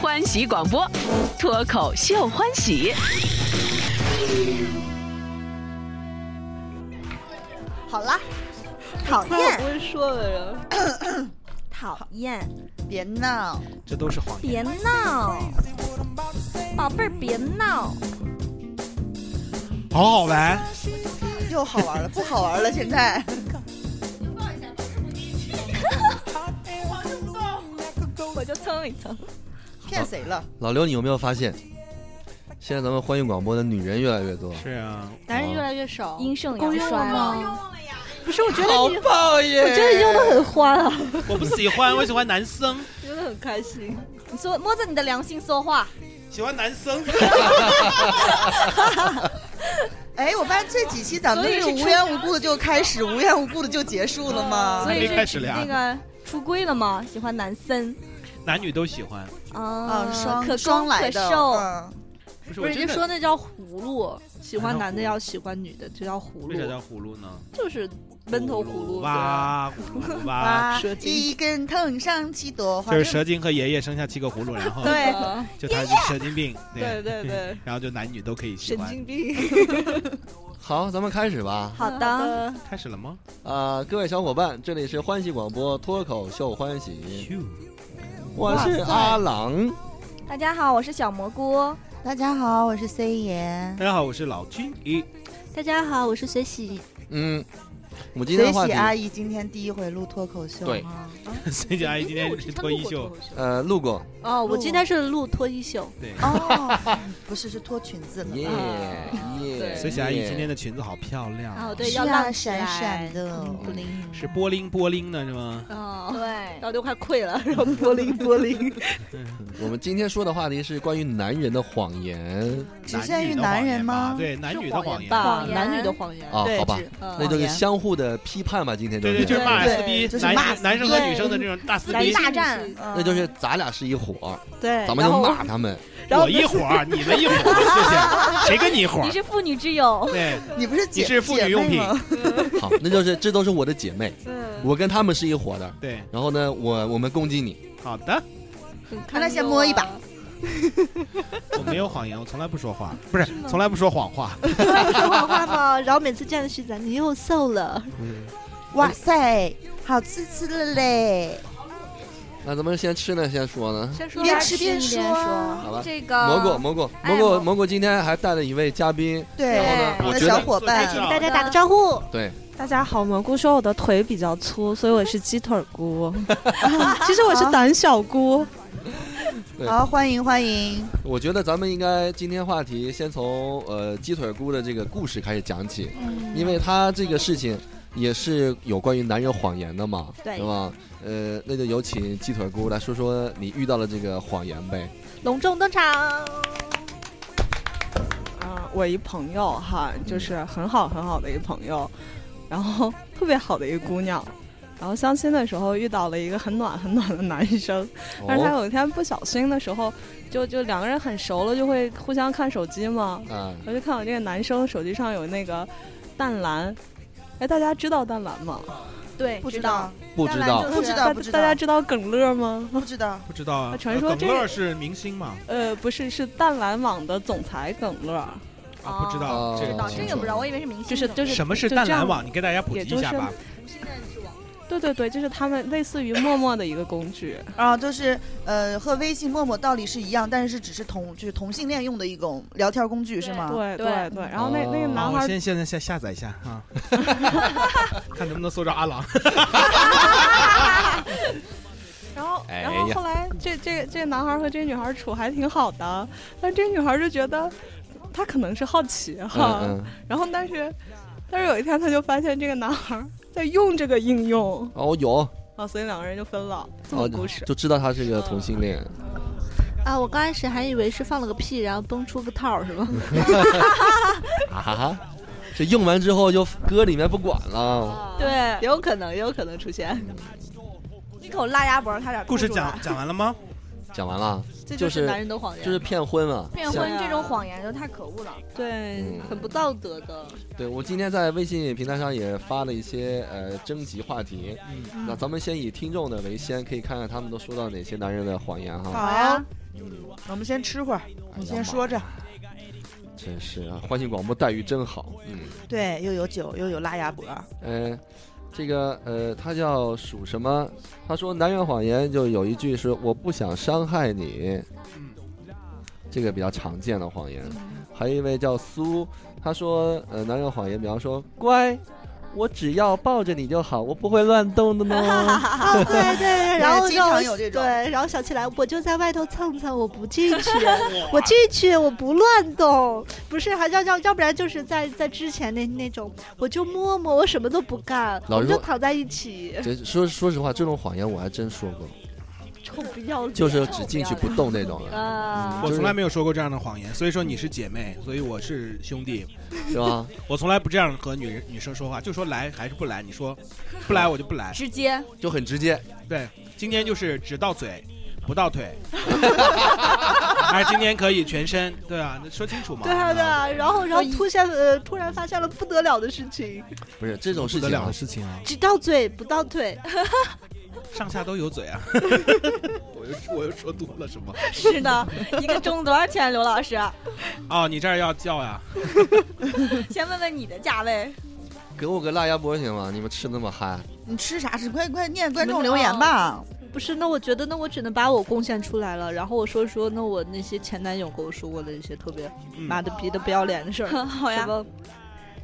欢喜广播，脱口秀欢喜。好了，讨我厌不，会说的人， 讨厌，别闹，这都是谎言。别闹，宝贝儿别闹，好好玩，又好玩了，不好玩了，现在我就蹭一蹭。骗谁了？哦老刘，你有没有发现，现在咱们欢迎广播的女人越来越多？是啊，男人越来越少，阴盛够阳用衰了了，吗？不是，我觉得好你，抱怨！我真的用的很欢啊，我不喜欢，我喜欢男生，觉得很开心。你说摸着你的良心说话，喜欢男生。 哎，我发现这几期咱们所这以是是无出缘无故的就开始，无缘无故的就结束了吗哦所？以没开是始那聊个出柜了吗？喜欢男生男女都喜欢，啊 嗯啊，双可双攻来可的，受，嗯，不是不我是，真你的说那叫葫芦，喜欢哪叫男的葫芦要喜欢女的，这叫葫为啥芦，叫葫芦呢？就是闷头葫芦。对啊哇，葫芦哇，哇蛇，精一根藤上七朵花，就是蛇精和爷爷生下七个葫芦，然后对就他是蛇精病，对对对， 然后就男女都可以喜神欢。经病。好，咱们开始吧。好的，开始了吗？啊、各位小伙伴，这里是欢喜广播脱口秀欢喜，咻我是阿郎。大家好，我是小蘑菇，大家好，我是 C 爷。大家好，我是老君一。大家好，我是随喜。嗯，我们今随天的话喜题，阿姨今天第一回录脱口秀， 对啊孙姐阿姨今天是脱衣秀，。呃，路过，哦，我今天是录脱衣秀，对。哦， 不是，是脱裙子了。哦耶啊耶！对孙姐阿姨今天的裙子好漂亮哦，，对，是要啊，浪起闪闪来。的，嗯灵是波灵波灵的是吗？哦，对然后就快溃了，然后柏林柏 林。我们今天说的话题是关于男人的谎言只限于男男女的谎言人吧吗？，对，男女是的谎言。吧，谎言男女的谎言。啊，好吧，只嗯那就是谎言相互的批判吧。今天就对对，就是是骂对撕逼就，是骂男撕逼男生和女生的这种大撕来逼一，大战，嗯嗯那就是咱俩是一伙，对，咱们然就后骂他们。然后我一伙儿，你们一伙儿， 谢谢。谁跟你一伙你儿？是妇女之友，对，你不是姐你是妇女用姐品妹 吗？好，那就是这都是我的姐妹，嗯，我跟她们是一伙的。对，然后呢，我我们攻击你，好的，很那看先重摸啊一把。我没有谎言，我从来不说话，不是，从来不说谎话。不说谎话 吗？然后每次见的徐咱你又瘦了，嗯哇塞，好吃吃了嘞！那咱们先吃呢，先说呢。先说边吧吃边说啊，好吧，这个蘑菇，蘑菇，哎蘑蘑菇，菇蘑菇今天还带了一位嘉宾，对，对我我的觉小得伙伴做介绍大家打个招呼。对，大家好，蘑菇说我的腿比较粗，所以我是鸡腿 菇。其实我是胆小菇。对好，欢迎欢迎。我觉得咱们应该今天话题先从呃鸡腿菇的这个故事开始讲起，因为他这个事情也是有关于男人谎言的嘛，对吧？呃，那就有请鸡腿菇来说说你遇到了这个谎言呗。隆重登场。啊，我一朋友哈，就是很好很好的一朋友，然后特别好的一个姑娘。然后相亲的时候遇到了一个很暖很暖的男生，但是他哦，有一天不小心的时候，就就两个人很熟了，就会互相看手机嘛。啊，我就看我这个男生手机上有那个淡蓝，哎，大家知道淡蓝吗？对，不知道，不知道当然就，是不知大道，不知大家道，知道耿乐吗？不知道。不知道啊，传说呃这耿乐是明星嘛？呃，不是，是淡蓝网的总裁耿乐，啊，不知道哦，这个哦，这个不知道，我以为是明星，就是就是什么是就淡这样蓝网？你给大家普及一下吧。对对对，就是他们类似于陌陌的一个工具。啊，就是呃，和微信、陌陌道理是一样，但是只是同就是同性恋用的一种聊天工具，是吗？对对对对，然后那那个哦男啊我孩先现在下下载一下 啊，看能不能搜着 阿郎。然后，哎然后呀后来这这这男孩和这女孩处还挺好的，但这女孩就觉得他可能是好奇哈，嗯嗯，然后但是但是有一天他就发现这个男孩在用这个应用哦有，啊，所以两个人就分了。这么哦故事，就知道他是个同性恋，啊，我刚开始还以为是放了个屁，然后崩出个套儿是 吗？啊哈哈，这用完之后就搁里面不管哦 了，对，也有可能，也有可能出现。一口辣鸭脖，差点故事吐出来讲讲完了吗？讲完了，这就是男人的谎言，就是骗婚了，骗像婚这种谎言就太可恶了。对嗯，很不道德的。对，我今天在微信平台上也发了一些呃征集话题，嗯那咱们先以听众的为先，可以看看他们都说到哪些男人的谎言哈。好呀，啊我们先吃会儿，哎你呀先说着。妈真是啊，欢庆广播待遇真好。嗯，对，又有酒，又有拉鸭脖。呃，这个呃，他叫属什么？他说南园谎言就有一句是我不想伤害你，嗯这个比较常见的谎言。还有一位叫苏，他说呃，南园谎言，比方说乖。我只要抱着你就好，我不会乱动的呢。啊，对 对对，然后经就常有这种对，然后想起来我就在外头蹭蹭，我不 进去，我进去我不乱动，不是还要要要不然就是在在之前那那种，我就摸摸，我什么都不干，老我们实就说躺在一起，这说说实话，这种谎言我还真说过，臭不要脸，就是只进去不动那种的，啊我就是从来没有说过这样的谎言，所以说你是姐妹，所以我是兄弟，是吧？我从来不这样和女人女生说话，就说来还是不来，你说不来我就不来。直接就很直接。对，今天就是只到嘴，不到腿， 还是今天可以全身？对啊，那说清楚嘛。 对啊对啊，然后然后突现呃突然发现了不得了的事情，不是这种事不得情了啊的，事情啊，只到嘴不到 腿，上下都有嘴啊。 我又我又说多了什么？ 是的，一个钟多少钱？刘老师，哦，你这儿要叫呀？先问问你的价位。给我个辣鸭脖行吗？你们吃那么嗨，你吃啥吃？快快念观众留言吧。哦不是，那我觉得，那我只能把我贡献出来了，然后我说说，那我那些前男友跟我说过的一些特别嗯妈的逼的不要脸的事儿， 好什呀，么？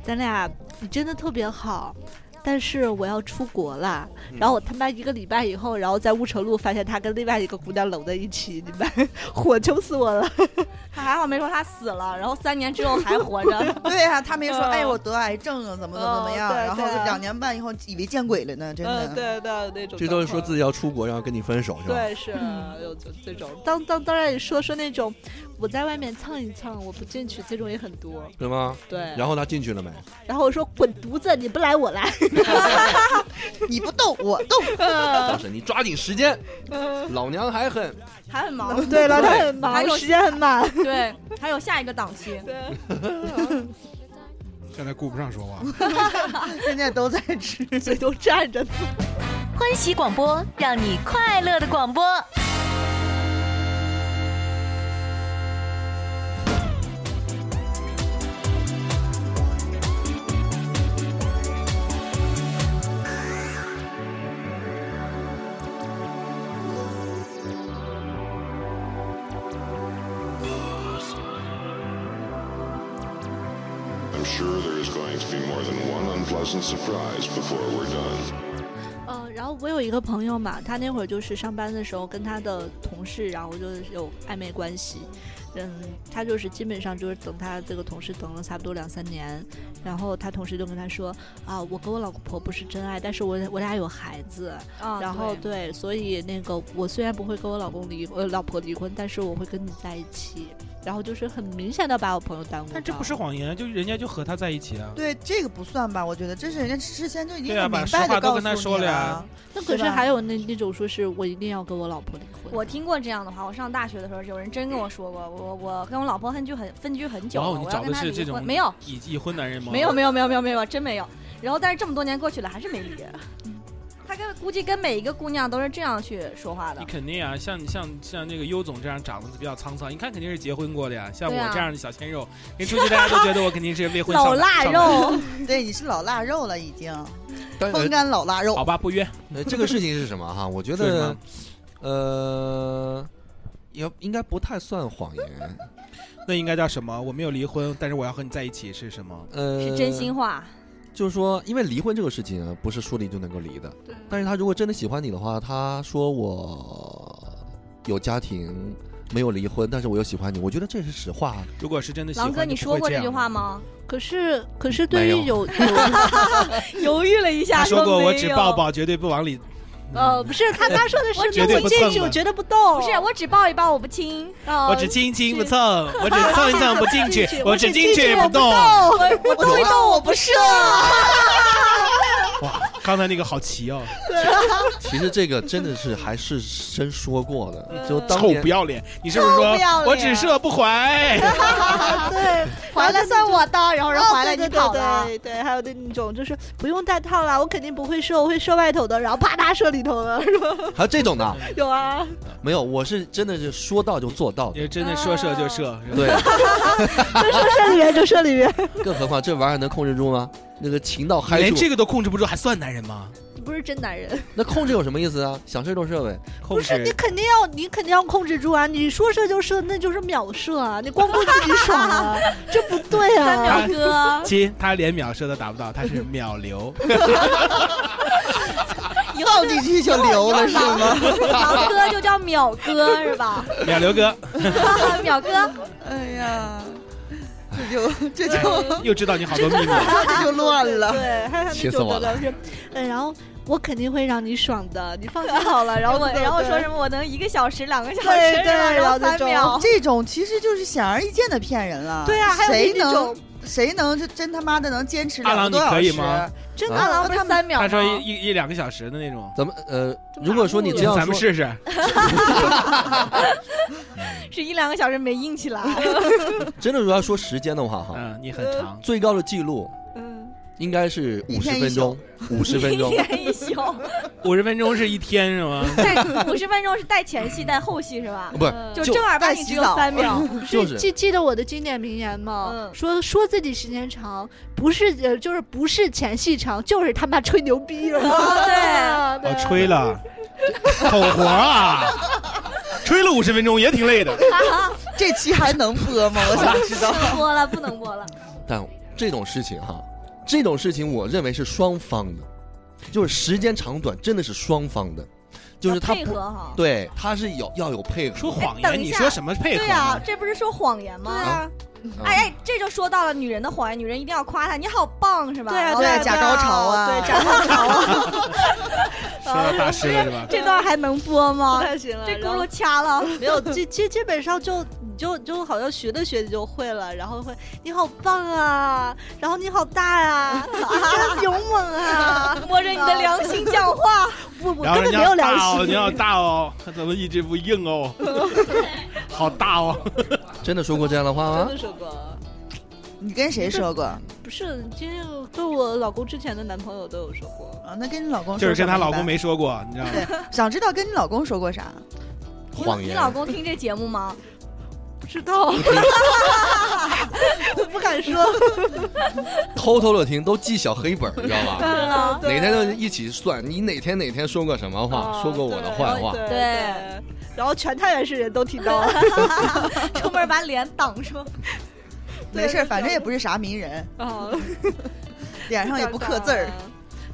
咱俩你真的特别好，但是我要出国啦。嗯然后我他妈一个礼拜以后，然后在乌城路发现他跟另外一个姑娘搂在一起，你们 火求死我了。他还好没说他死了，然后三年之后还活着。 对呀、他没说，嗯哎，我得癌症了，怎么怎么怎么哦样？嗯对然后对两年半以后以为见鬼了呢，真的。呃嗯对对，那种这都是说自己要出国，然后跟你分手是吧？对，是有这这种。当当当然也说说那种，我在外面蹭一蹭，我不进去，这种也很多。对吗？对，然后他进去了没？然后我说滚犊子，你不来我来。你不动我 动，就是你抓紧时间，老娘还狠。嗯还很忙，对了，他很忙还，有时间很满。对，还有下一个档期，现在顾不上说话。 现在都在吃。嘴都站着呢。欢喜广播，让你快乐的广播。 I'm sure there is going to be more than one unpleasant surprise before we're done. 呃，然后我有一个朋友嘛，他那会儿就是上班的时候跟他的同事，然后就有暧昧关系。嗯，他就是基本上就是等他这个同事等了差不多两三年，然后他同事就跟他说啊，我跟我老婆不是真爱，但是我我俩有孩子，啊然后对，所以那个我虽然不会跟我老公离呃老婆离婚，但是我会跟你在一起，然后就是很明显的把我朋友耽误到。但这不是谎言，就人家就和他在一起啊。对，这个不算吧？我觉得这是人家之前就已经对啊很把明实白话的告都诉跟你他说了呀那可是吧还有那那种说是我一定要跟我老婆离婚，我听过这样的话，我上大学的时候有人真跟我说过，我我跟我老婆分居很分居很久哇了，哦，你啊我要找跟的她是离这婚种没有已已婚男人吗？没有没有没有没有没有真没有，然后但是这么多年过去了还是没 离，他跟估计跟每一个姑娘都是这样去说话的你，肯定啊，像像像那个优总这样长得比较沧桑，你看肯定是结婚过的呀。像我对啊这样的小鲜肉，你出去大家都觉得我肯定是未婚 老少腊。少男肉， 对，你是老腊肉了，已经但风干老腊肉好。吧，不约。呃，这个事情是什 么哈？我觉是什得么，呃，也应该不太算谎言。 那应该叫什么？我没有离婚，但是我要和你在一起是什么？呃，是真心。话，就是说，因为离婚这个事情啊不是说离就能够离的。但是他如果真的喜欢你的话，他说我有家庭，没有离婚，但是我又喜欢你，我觉得这是实话啊。如果是真的喜欢，狼哥你就说不过会这样句话？吗？可是，可是对于没有有 犹豫了一下，他说过没有我只抱。抱，绝对不往里。呃，不是他他说的是绝那对我不进蹭去，的我绝对不动。不是，我只抱一抱，我不亲。呃我只亲亲不蹭，我只蹭一蹭不进去，我只只进进去去不动。我我动一动，我不射。哇，刚才那个好奇哦，其实这个真的是还是真说过的，就当嗯臭年不要脸！你是不是说臭不要脸我只射不还？啊对，还了算我的，然后人还了哦对对你对跑了。对对，还有那种就是不用带套啦，我肯定不会射，我会射外头的，然后啪嗒射里头的， 是吧？ 还有这种的，有啊，没有，我是真的是说到就做到的。也真的说射就射，是吧对，射里面就射里面， 更何况这玩意儿能控制住吗？那个情到嗨连处，这个都控制不住，还算男人吗？不是真男人，那控制有什么意思啊？想射就射呗。控不是你制肯定要你肯定要控制住啊！你说射就射，那就是秒射啊！你光顾自己爽 啊，这不对三啊！秒哥，亲，他连秒射都达不到，他是秒流。以后几句就流了是 吗？秒哥就叫秒哥是吧？ 秒流哥秒哥，哎呀，这就这就哎又知道你好多秘 密，这就乱了。对，还有那气死种我的了就是，嗯，然后我肯定会让你爽的，你 放心好 了。然然后后我对然后对说什么我能一个小时、两个小时，对对然后然后三就秒， 这种其实就是显而易见的骗人了。对啊还有谁那能种谁能就真他妈的能坚持阿两郎个多小时？你可以吗真啊的二郎了，不不是是三三秒他吗？说一一一两个小时的那种。咱们呃，就如果说你这样咱们说，试试，是一两个小时没硬起来， 真的如果要说时间的话哈，嗯，你很长，最高的记录嗯，应该是一五十天一分钟，五十 分一钟。天一宿，五十分钟是一天是吗？带 五十分钟是带前戏带后戏是吧？不是，哦就就正儿八经只有三秒， 就是记记得我的经典名言吗？嗯说说自己时间长，不是呃，就是不是前戏长，就是他妈吹牛逼了。哦 我、吹了，口活啊，吹了五十分钟也挺累 的。这期还能播吗？我想知道不。能播了，不能播了。但这种事情哈，这种事情我认为是双方的，就是时间长短真的是双方的，就是他要配合不哈。对，他是有要有配合。说谎哎等言，一你下说什么配合对呢？啊，这不是说谎言吗？对啊嗯哎哎，这就说到了女人的谎言，女人一定要夸她，你好棒是吧？对啊然后对对啊，啊假高潮啊，对，假 高潮啊，说到大师了是吧？这段还能播不吗？太行了，这然轱后辘掐了， 没有，基基基本上就你就就好像学着学着就会了，然后会你好棒啊，然后你好大啊，你真勇猛啊， 摸着你的良心讲 话，我我然后根本人家没有良大哦，你心，要大哦，他怎么一直不硬 哦？好大哦！真的说过这样的啊话吗？说过，你跟谁说过？不是，其实跟我老公之前的男朋友都有说过。啊，那跟你老公说就是跟什么她一老般公没说过，你知道吗？想知道跟你老公说过啥？你谎你言。老公听这节目吗？不知 道，我不敢说。偷偷的听，都记小黑本儿，你知 道吧？了，哦哪天就一起算，你哪天哪天说过什么话，说过我的坏话，对，对哦然后全太原市人都听到了。 出门把脸挡住，没事儿，反正也不是啥名人，啊， 脸上也不刻字儿。。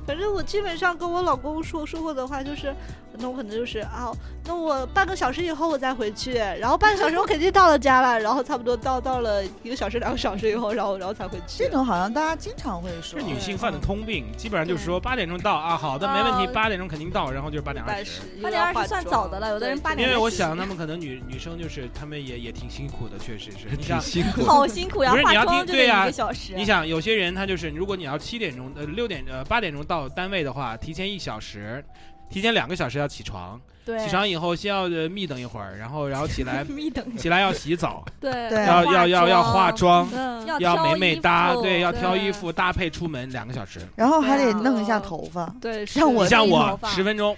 反正我基本上跟我老公说说过的话就是，啊那我可能就是啊，那我半个小时以后我再回去，然后半个小时我肯定到了家了，然后差不多到到了一个小时两个小时以后，然后然后才回 去。这种好像大家经常会说这是。女性犯的通病，基本上就是说八点钟到啊，好的，哦没问题，八点钟肯定到，然后就是八点二八十。八点二十算早的了，有的人八因点。为我想，他们可能女女生就是她们也也挺辛苦的，确实是。你想，辛苦。 好辛苦呀，不是你化要妆听就得对呀一个小时。你想，有些人他就是，如果你要七点钟、呃六点、呃八点钟到单位的话，提前一小时，提前两个小时要起床，对，起床以后先要呃密等一会儿，然后然后起来 密等起来要洗澡，对对要要要要化，妆，嗯要要挑美美衣搭，服对，要挑对衣服搭配出门两个小时。然后还得对啊弄一下头发，对，像我你像理头我发十分钟，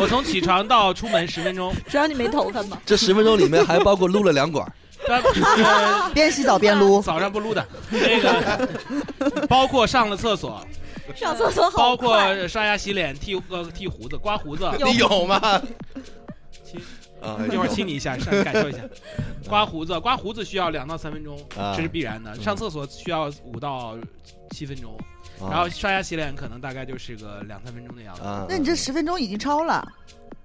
我从起床到出门十分钟，主要你没头 发嘛。 这十分钟里面还包括撸了两管儿，但呃边洗澡边撸。 早上不撸的，那个包括上了厕所， 上厕所好包括快刷牙、洗脸、剃呃剃胡子、刮胡子，你有吗？亲啊，一会有儿亲你一下，上感 受一下。刮胡子，刮胡子需要两到三分钟，啊这是必然的。上厕所需要五到七分钟，啊然后刷牙洗脸可能大概就是个两三分钟的样子，啊，那你这十分钟已经超了，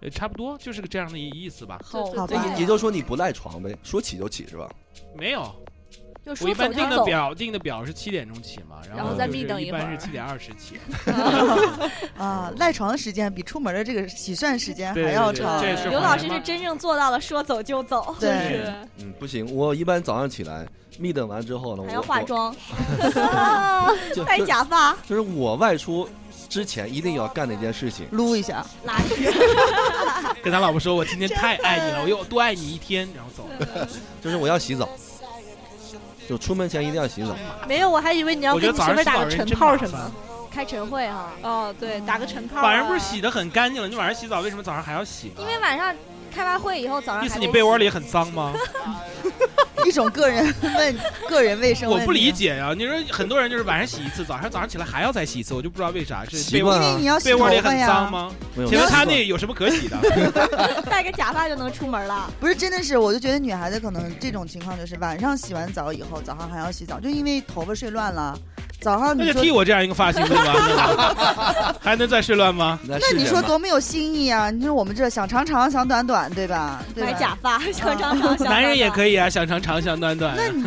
呃差不多就是个这样的一意思吧。好这吧也也就是说你不赖床呗，说起就起是吧？没有，就说我一般走定就的走，表定的表是七点钟起嘛，然后后再就是密等一一会般儿是七点二十起，啊，赖床的时间比出门的这个洗涮时间对还要对长。这是刘谎老言师吗是真正做到了说走就走，对，嗯，不行，我一般早上起来密等完之后呢，还我要化我妆， 就戴就假发，就是我外出之前一定要干的一件事情。撸一下，拉去。 跟他老婆说，我今天太爱你了，我又多爱你一天，然后走了。 就是我要洗澡，就出门前一定要洗澡。没有，我还以为你要我觉跟得你媳早上妇洗儿打澡个人晨真泡 麻什么烦。。开晨会哈，哦，对，打个晨泡啊。晚上不是洗的很干净了，你晚上洗澡为什么早上还要洗呢因？为晚上开完会以后，啊早上意思还你得被窝里很脏吗？一种个人问 个人卫生问我题。不理，解呀、你说很多人就是晚上洗一次，早上早上起来还要再洗一次，我就不知道为啥是习被窝惯因为啊你，要洗被头窝发里呀。很脏吗？没有请问习他惯那有什么 可洗的？戴个假发就能出门了。不是，真的是，我就觉得女孩子可能这种情况就是晚上洗完澡以后，早上还要洗澡，就因为头发睡乱了。早上你那就说剃，我这样一个发型就 完了， 还能再睡乱吗？那那是你人说吧多没有新意啊！你说我们这想长长想短短，对吧？对吧买假发，想长长，男人也以。可以啊，想长长想短短啊。那你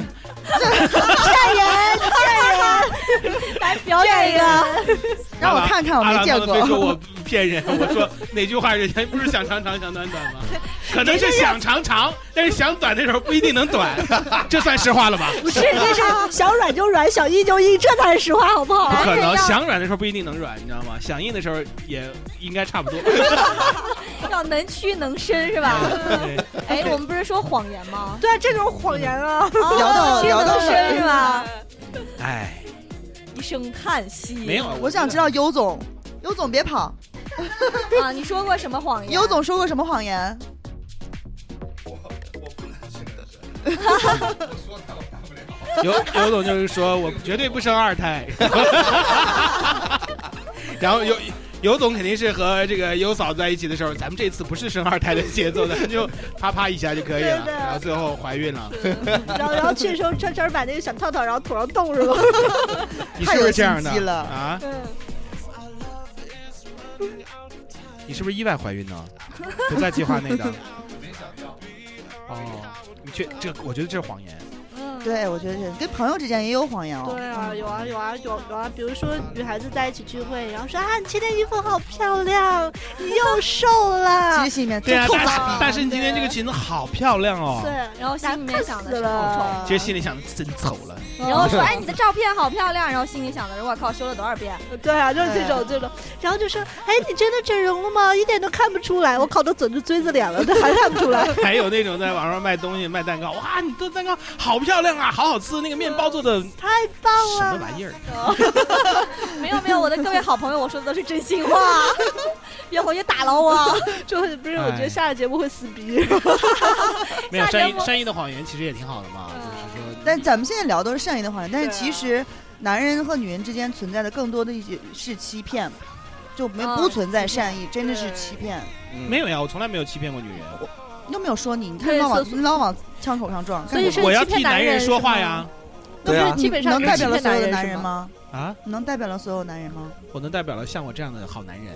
来表演一个，让我看看，我阿没郎见他们非说过。我骗人，我说哪句话是不是想长长想短短 吗？可能是想长长，但是想短的时候不一定能 短，这算实话了吧？ 不是，这是想软就软，想硬就硬，这才是实话，好不好？不可男能，人要想软的时候不一定能软，你知道吗？想硬的时候也应该差不多。 要能屈能伸是吧？哎，我们不是说谎言吗？哦对，这种谎言啊，聊到屈聊到能伸是吧？哎， 一声叹息。没有，我想知道尤总，尤总别跑，啊，你说过什么谎言？尤总说过什么谎言？尤尤总就是说我绝对不生二胎， 然后尤尤总肯定是和这个尤嫂子在一起的时候，咱们这次不是生二胎的节奏，咱们就啪啪一下就可以了，对对然后最后怀 孕了，然后然后去的时候穿穿把那个小套套，然后头上冻 是吧？你是不是这样太有心机的了啊？你是不是意外怀孕呢？不在计划内 的。哦，你确这我觉得这是谎言。对，我觉得是跟朋友之间也有谎言哦。嗯对啊，有啊有啊有有啊，比如说女孩子在一起聚会，然后说啊，你今天衣服好漂亮，你又瘦其了实，心里面就 对啊，臭大傻师逼。大师，你今天这个裙子好漂亮哦。对，。然后心里面想的死是好了，其实心里想的真丑了。丑，然后说哎你的照片好漂亮，然后心里想的是我靠修了多少遍，对啊，就是这种这种，然后就说，哎，你真的整容了吗？一点都看不出来，我靠，都整出锥子脸了，但还看不出来。 还有那种在网上卖东西、卖蛋糕，哇，你的蛋糕好漂亮啊，好好吃，那个面包做的太棒什么了！玩意儿？ 没有没有，我的各位好朋友，我说的都是真心话，别回去打啊了我。 就是不是？我觉哎得下了节目会撕逼。没有下山联一我山一的谎言其实也挺好的嘛，就是说，但咱们现在聊都是善意的谎言，但是对啊其实男人和女人之间存在的更多的一些是欺骗，就没嗯不存在善意，真的是对欺骗。嗯没有呀，我从来没有欺骗过女人，又没有说你，你看对老往所你老往枪口上撞，所以干是什么我要欺骗替男男人说是话吗呀对那啊不，是基本上能是代欺表了骗所有的男人男是人吗？啊，能代表了所有男人吗？我能代表了像我这样的好男人，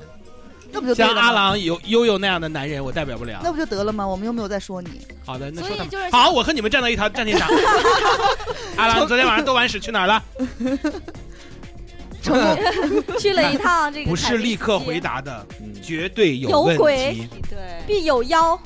那不就对像了阿吗？郎、悠悠悠那样的男人我代表不了那。不就得了吗？我们又没有在说你，好的，那所说以他们就是好，我和你们站到一条战线上。阿郎，你昨天晚上都玩屎去哪儿了？成 功 去了一趟这个，不是立刻回，答的，嗯绝对有有问鬼题。对，嗯必有妖。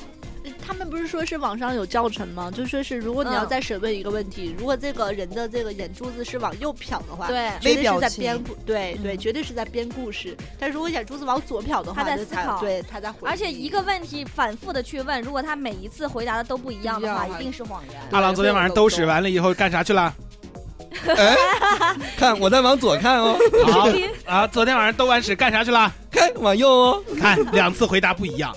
他们不是说是网上有教程吗？就说是如果你要嗯再审问一个问题，如果这个人的这个眼珠子是往右瞟的话，，对，绝微对表是在情编故，对对，绝对是在编故事。但如果眼珠子往左瞟的话，嗯他在就思考对，他在回忆，而且一个问题反复的去问，如果他每一次回答的都不一样的话，不一样啊一定是谎言。阿郎昨天晚上兜屎完了以后干啥去了？哎，看我在往左看哦，好啊，昨天晚上兜完屎干啥去了？看往右哦，看两次回答不一样，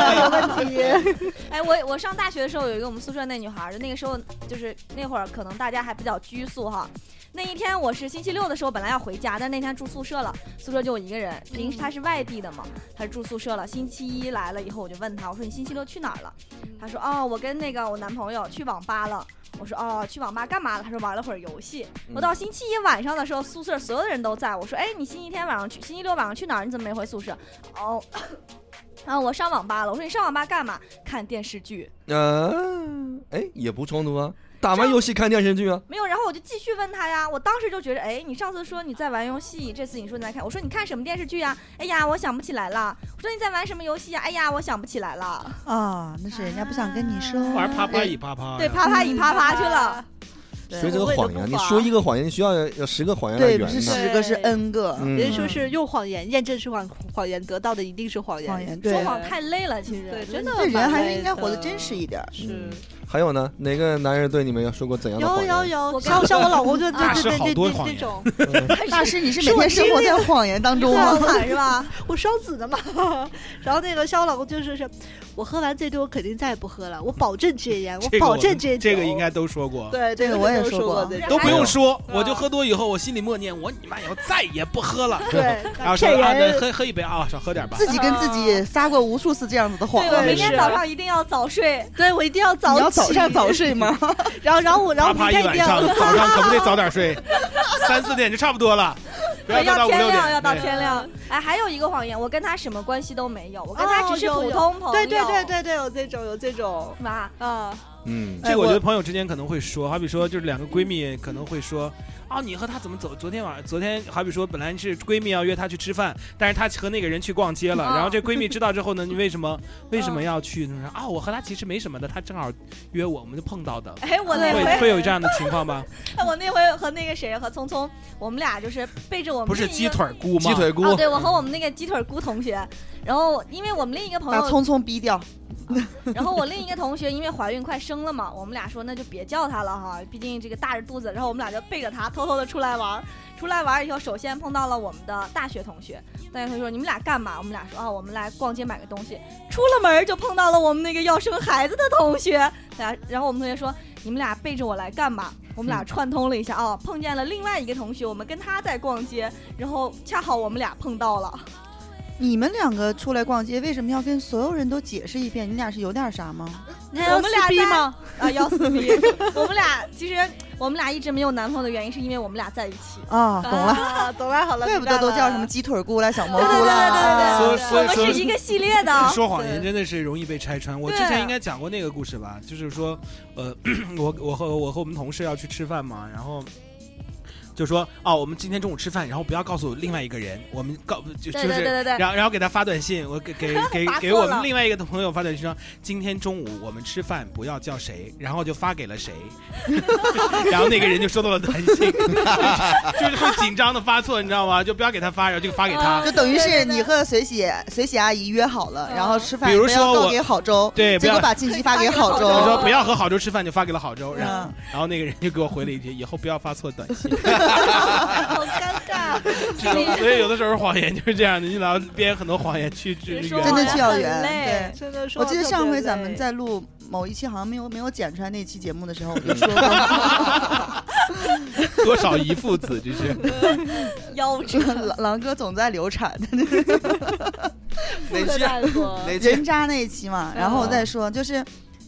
哎，我我上大学的时候有一个我们宿舍那女孩儿，那个时候就是那会儿可能大家还比较拘束哈。那一天我是星期六的时候本来要回家，但那天住宿舍了，宿舍就我一个人。临时她是外地的嘛，她住宿舍了。星期一来了以后，我就问她，我说你星期六去哪儿了？她说哦，我跟那个我男朋友去网吧了。我说哦，去网吧干嘛了？她说玩了会儿游戏。我到星期一晚上的时候，宿舍所有的人都在。我说哎，你星期天晚上去，星期六晚上去哪儿？你怎么没回宿舍？哦。然后我上网吧了，我说你上网吧干嘛？看电视剧，嗯，哎，也不冲突啊，打完游戏看电视剧啊，没有，然后我就继续问他呀。我当时就觉得，哎，你上次说你在玩游戏，这次你说你在看，我说你看什么电视剧呀？哎呀，我想不起来了。我说你在玩什么游戏呀？哎呀，我想不起来了。啊，那是人家不想跟你说。哎玩啪啪一啪啪呀。嗯对，啪啪一啪啪去了。所以这个谎言，你说一个谎言，你需要有十个谎言来对，不圆是呢。十个，是对 n 个。人嗯家，说是用谎言验证是谎谎言，得到的一定是谎言。谎言嗯对说谎太累了，其实对真真的的这人还是应该蛮累活得的真实一点儿。嗯是还有呢，哪个男人对你们有说过怎样的有谎言？有有，我像像我老公就就大就师对好对多对谎这言种，大师，你是是每我天生经活历在谎言当中对吗啊？惨是吧？ 我双子的嘛。然后那个像我老公就是是，我喝完最多，我肯定再也不喝了，我保证戒烟，这个保我证戒酒。这个应该都说过，这对这个个我也都说说过这都种不用说，还有嗯我就喝多以后，我心里默念我你妈以后再也不喝了。对然后说骗啊，那人。喝喝一杯啊，少喝点吧。自己跟自己撒过无数次这样子的谎对我了。明天是早上一定要早睡，对，我一定要早你要起早上早睡 吗？然后，然后我，然后啪我明天啪一一定晚要上，早上可不得早点睡，三四点就差不多了，不要再到要五六天点亮，。要到对天亮。哎，还有一个谎言，我跟他什么关系都没有，我跟他哦只是有普有通朋友。对对对，对对，有这种有这种妈，啊，嗯，哎这个我觉得朋友之间可能会说，好比说就是两个闺蜜可能会说，啊，你和她怎么走？昨天晚上，昨天好比说本来是闺蜜要约她去吃饭，但是她和那个人去逛街了，啊然后这闺蜜知道 之后呢，你为什么为什么要去？她说啊，我和她其实没什么的，她正好约我，我们就碰到的，哎，我那会会回，有这样的情况 吗？哎我那回和那个谁和聪聪，我们俩就是背着我们不是另一鸡个腿菇吗？鸡腿菇哦，对，我和我们那个鸡腿菇同学，然后因为我们另一个朋把友，聪聪逼掉， 然后我另一个同学因为怀孕快生了嘛，我们俩说那就别叫她了哈，毕竟这个大着肚子。然后我们俩就背着她偷偷的出来玩儿，出来玩儿以后，首先碰到了我们的大学同学，大学同学说你们俩干嘛？我们俩说啊，我们来逛街买个东西。出了门儿就碰到了我们那个要生孩子的同学，然然后我们同学说你们俩背着我来干嘛？我们俩串通了一下啊，碰见了另外一个同学，我们跟他在逛街，然后恰好我们俩碰 到了。你们两个出来逛街，为什么要跟所有人都解释一遍？你俩是有点啥吗？我们俩撕逼在吗？啊，要撕逼！我们俩其实我们俩一直没有男朋友的原因，是因为我们俩在一起。 啊，懂了，啊，懂了，好了， 怪不得明白都叫了什么鸡腿菇啦、小蘑对对菇对啦。对所以对所对，以我说们是一个系列的。 说谎言对真的是容易被拆穿。我之对前应该讲过那个故事吧，就是说，呃， 我我和我和我们同事要去吃饭嘛，然后。就说哦，我们今天中午吃饭，然后不要告诉另外一个人，我们告就就对是，对对对对，然后然后给他发短信，我 给给给发错给我了们另外一个朋友发短信说，今天中午我们吃饭不要叫谁，然后就发给了谁，然后那个人就收到了短信， 就是会紧张的发错，你知道吗？就不要给他发，然后就发给他，哦就等于对是对对你和随喜随喜阿姨约好了，嗯然后吃饭，比如不要说告我给郝周，对，不结要果把信息发给郝 发我给郝说周周。不要和郝州吃饭，就发给了郝州，然后嗯然后那个人就给我回了一句：“以后不要发错短信。好尴尬，”所以有的时候谎言就是这样的，你老编很多谎言去去哦说真谎的言去要很圆累。真的说我记得特上别回咱们累在录某一期，好像没有没有剪出来那期节目的时候，我嗯就说过 多少姨父子，这是腰这个 狼狼哥总在流产， 哪句？大夫哪句人？渣那一期嘛，然嗯后我再说，就是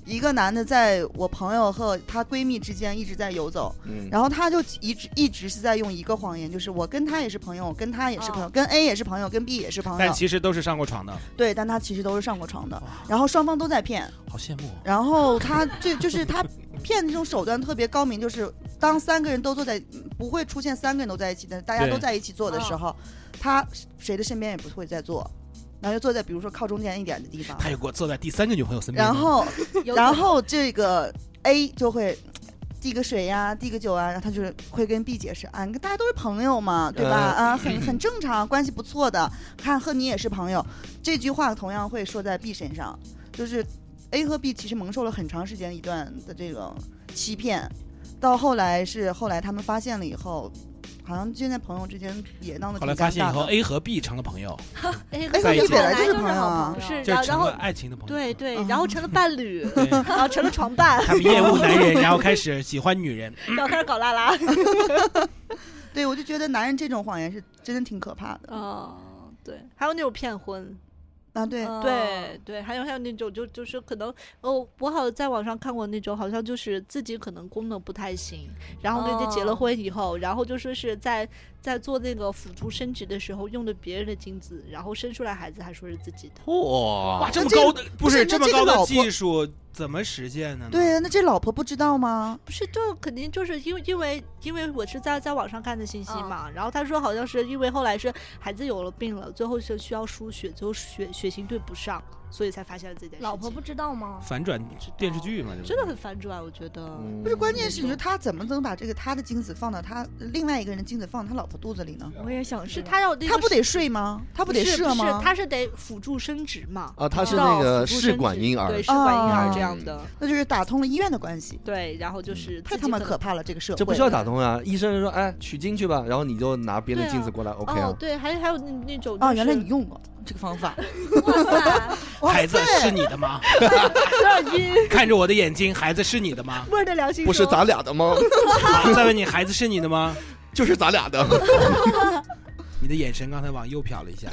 一个男的在我朋友和她闺蜜之间一直在游走，嗯，然后她就一直一直是在用一个谎言，就是我跟他也是朋友，我跟他也是朋哦友，跟 A 也是朋友，跟 B 也是朋但友，其实都是上过床的，对，但他其实都是上过床的哇，然后双方都在骗，好羡慕哦。然后他最就是他骗这种手段特别高明，就是当三个人都坐在嗯不会出现三个人都在一起，但是大家对都在一起坐的时候，他谁的身边也不会再坐，然后就坐在比如说靠中间一点的地方，他又给我坐在第三个女朋友身边，然后 有然后这个 A 就会递个水呀、递个酒啊，然后他就是会跟 B 解释啊，你跟大家都是朋友嘛，对吧？呃啊，很很正常，关系不错的，看和你也是朋友。这句话同样会说在 B 身上，就是 A 和 B 其实蒙受了很长时间一段的这种欺骗，到后来是后来他们发现了以后。好像现在朋友之间也闹得后挺来尴尬的。发现以后，A 和 B 成了朋友， 哎哎，在和一 B 起本来本是来就是朋友好啊朋友，是，就然后然成后了爱情的朋友。对对嗯，然后成了伴侣， 对，然后成了床伴，他们厌恶男人，然后开始喜欢女人。 然后开始搞拉拉。 对，我就觉得男人这种谎言是真的挺可怕的。哦，对，还有那种骗婚，啊，对，嗯对对，还有还有那种就就是可能哦，我好像在网上看过那种，好像就是自己可能功能不太行，然后人家结了哦婚以后，然后就说是在在做那个辅助生殖的时候用的别人的精子，然后生出来孩子还说是自己的。哇，哇，这么这个高的不是那这么这个高的老婆技术，怎么实现的呢？对，啊那这老婆不知道吗？不是，就肯定就是因为因为因为我是在在网上看的信息嗯嘛，然后他说好像是因为后来是孩子有了病了，最后是需要输血，最后血血型对不上，所以才发现了这件事情。老婆不知道吗？反转电视剧嘛，这不是真的很反转，我觉得。嗯不是，关键是你说他怎么能把这个他的精子放到他另外一个人的精子放到他老婆肚子里呢？我也想是知道他要那个他不得睡吗？他不得是射是吗？他是得辅助生殖嘛，啊，他是到那个辅助试生管殖婴儿对，试管婴哦儿这样的，那就是打通了医院的关系，对，然后就是嗯太自他己妈能可怕了！这个社会这不需要打通啊。医生说，哎，取精去吧，然后你就拿别的对啊镜子过来，OK 哦啊，。对，还还有那那种啊！就原来是你 用过这个方法，哇塞，哇孩子塞是你的吗？ 有点晕，看着我的眼睛，孩子是你的吗？味儿的良心 不是说咱俩的吗？好再问你，孩子是你的吗？就是咱俩的。 你的眼神刚才往右瞟 了一下，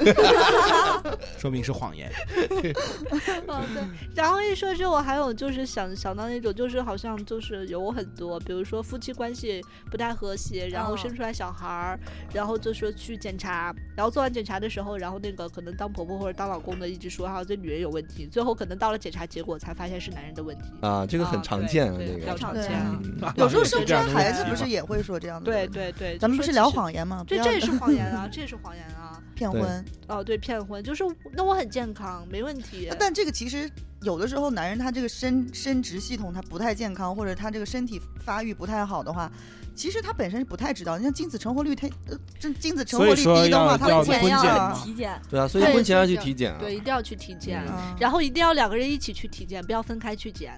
说明是谎言。 哦对，嗯然后一说这，我还有就是想想到那种，就是好像就是有很多，比如说夫妻关系不太和谐，然后嗯哦生出来小孩儿，然后就说去检查，然后做完检查的时候，然后那个可能当婆婆或者当老公的一直说哈、这女人有问题，最后可能到了检查结果才发现是男人的问题。啊，这个很啊常对见啊，对这比个较常对见。啊 嗯有时候生是出这来样的孩问子题不是吗也会说这样的？对，对对，咱们不就说是其聊实，谎言吗？对，不这要也是 谎言啊，这也是谎言啊。骗对婚。哦，对，骗婚就是那我很健康，没问题。但这个其实有的时候，男人他这个生生殖系统他不太健康，或者他这个身体发育不太好的话，其实他本身是不太知道。你像精子成活率，他呃，这精子成所活以率说低的要话，他要会婚婚建议前检要啊嘛。体检，对啊，所以对婚前要是去这体检啊。对，一定要去体检，嗯啊然后一定要两个人一起去体检，不要分开去检。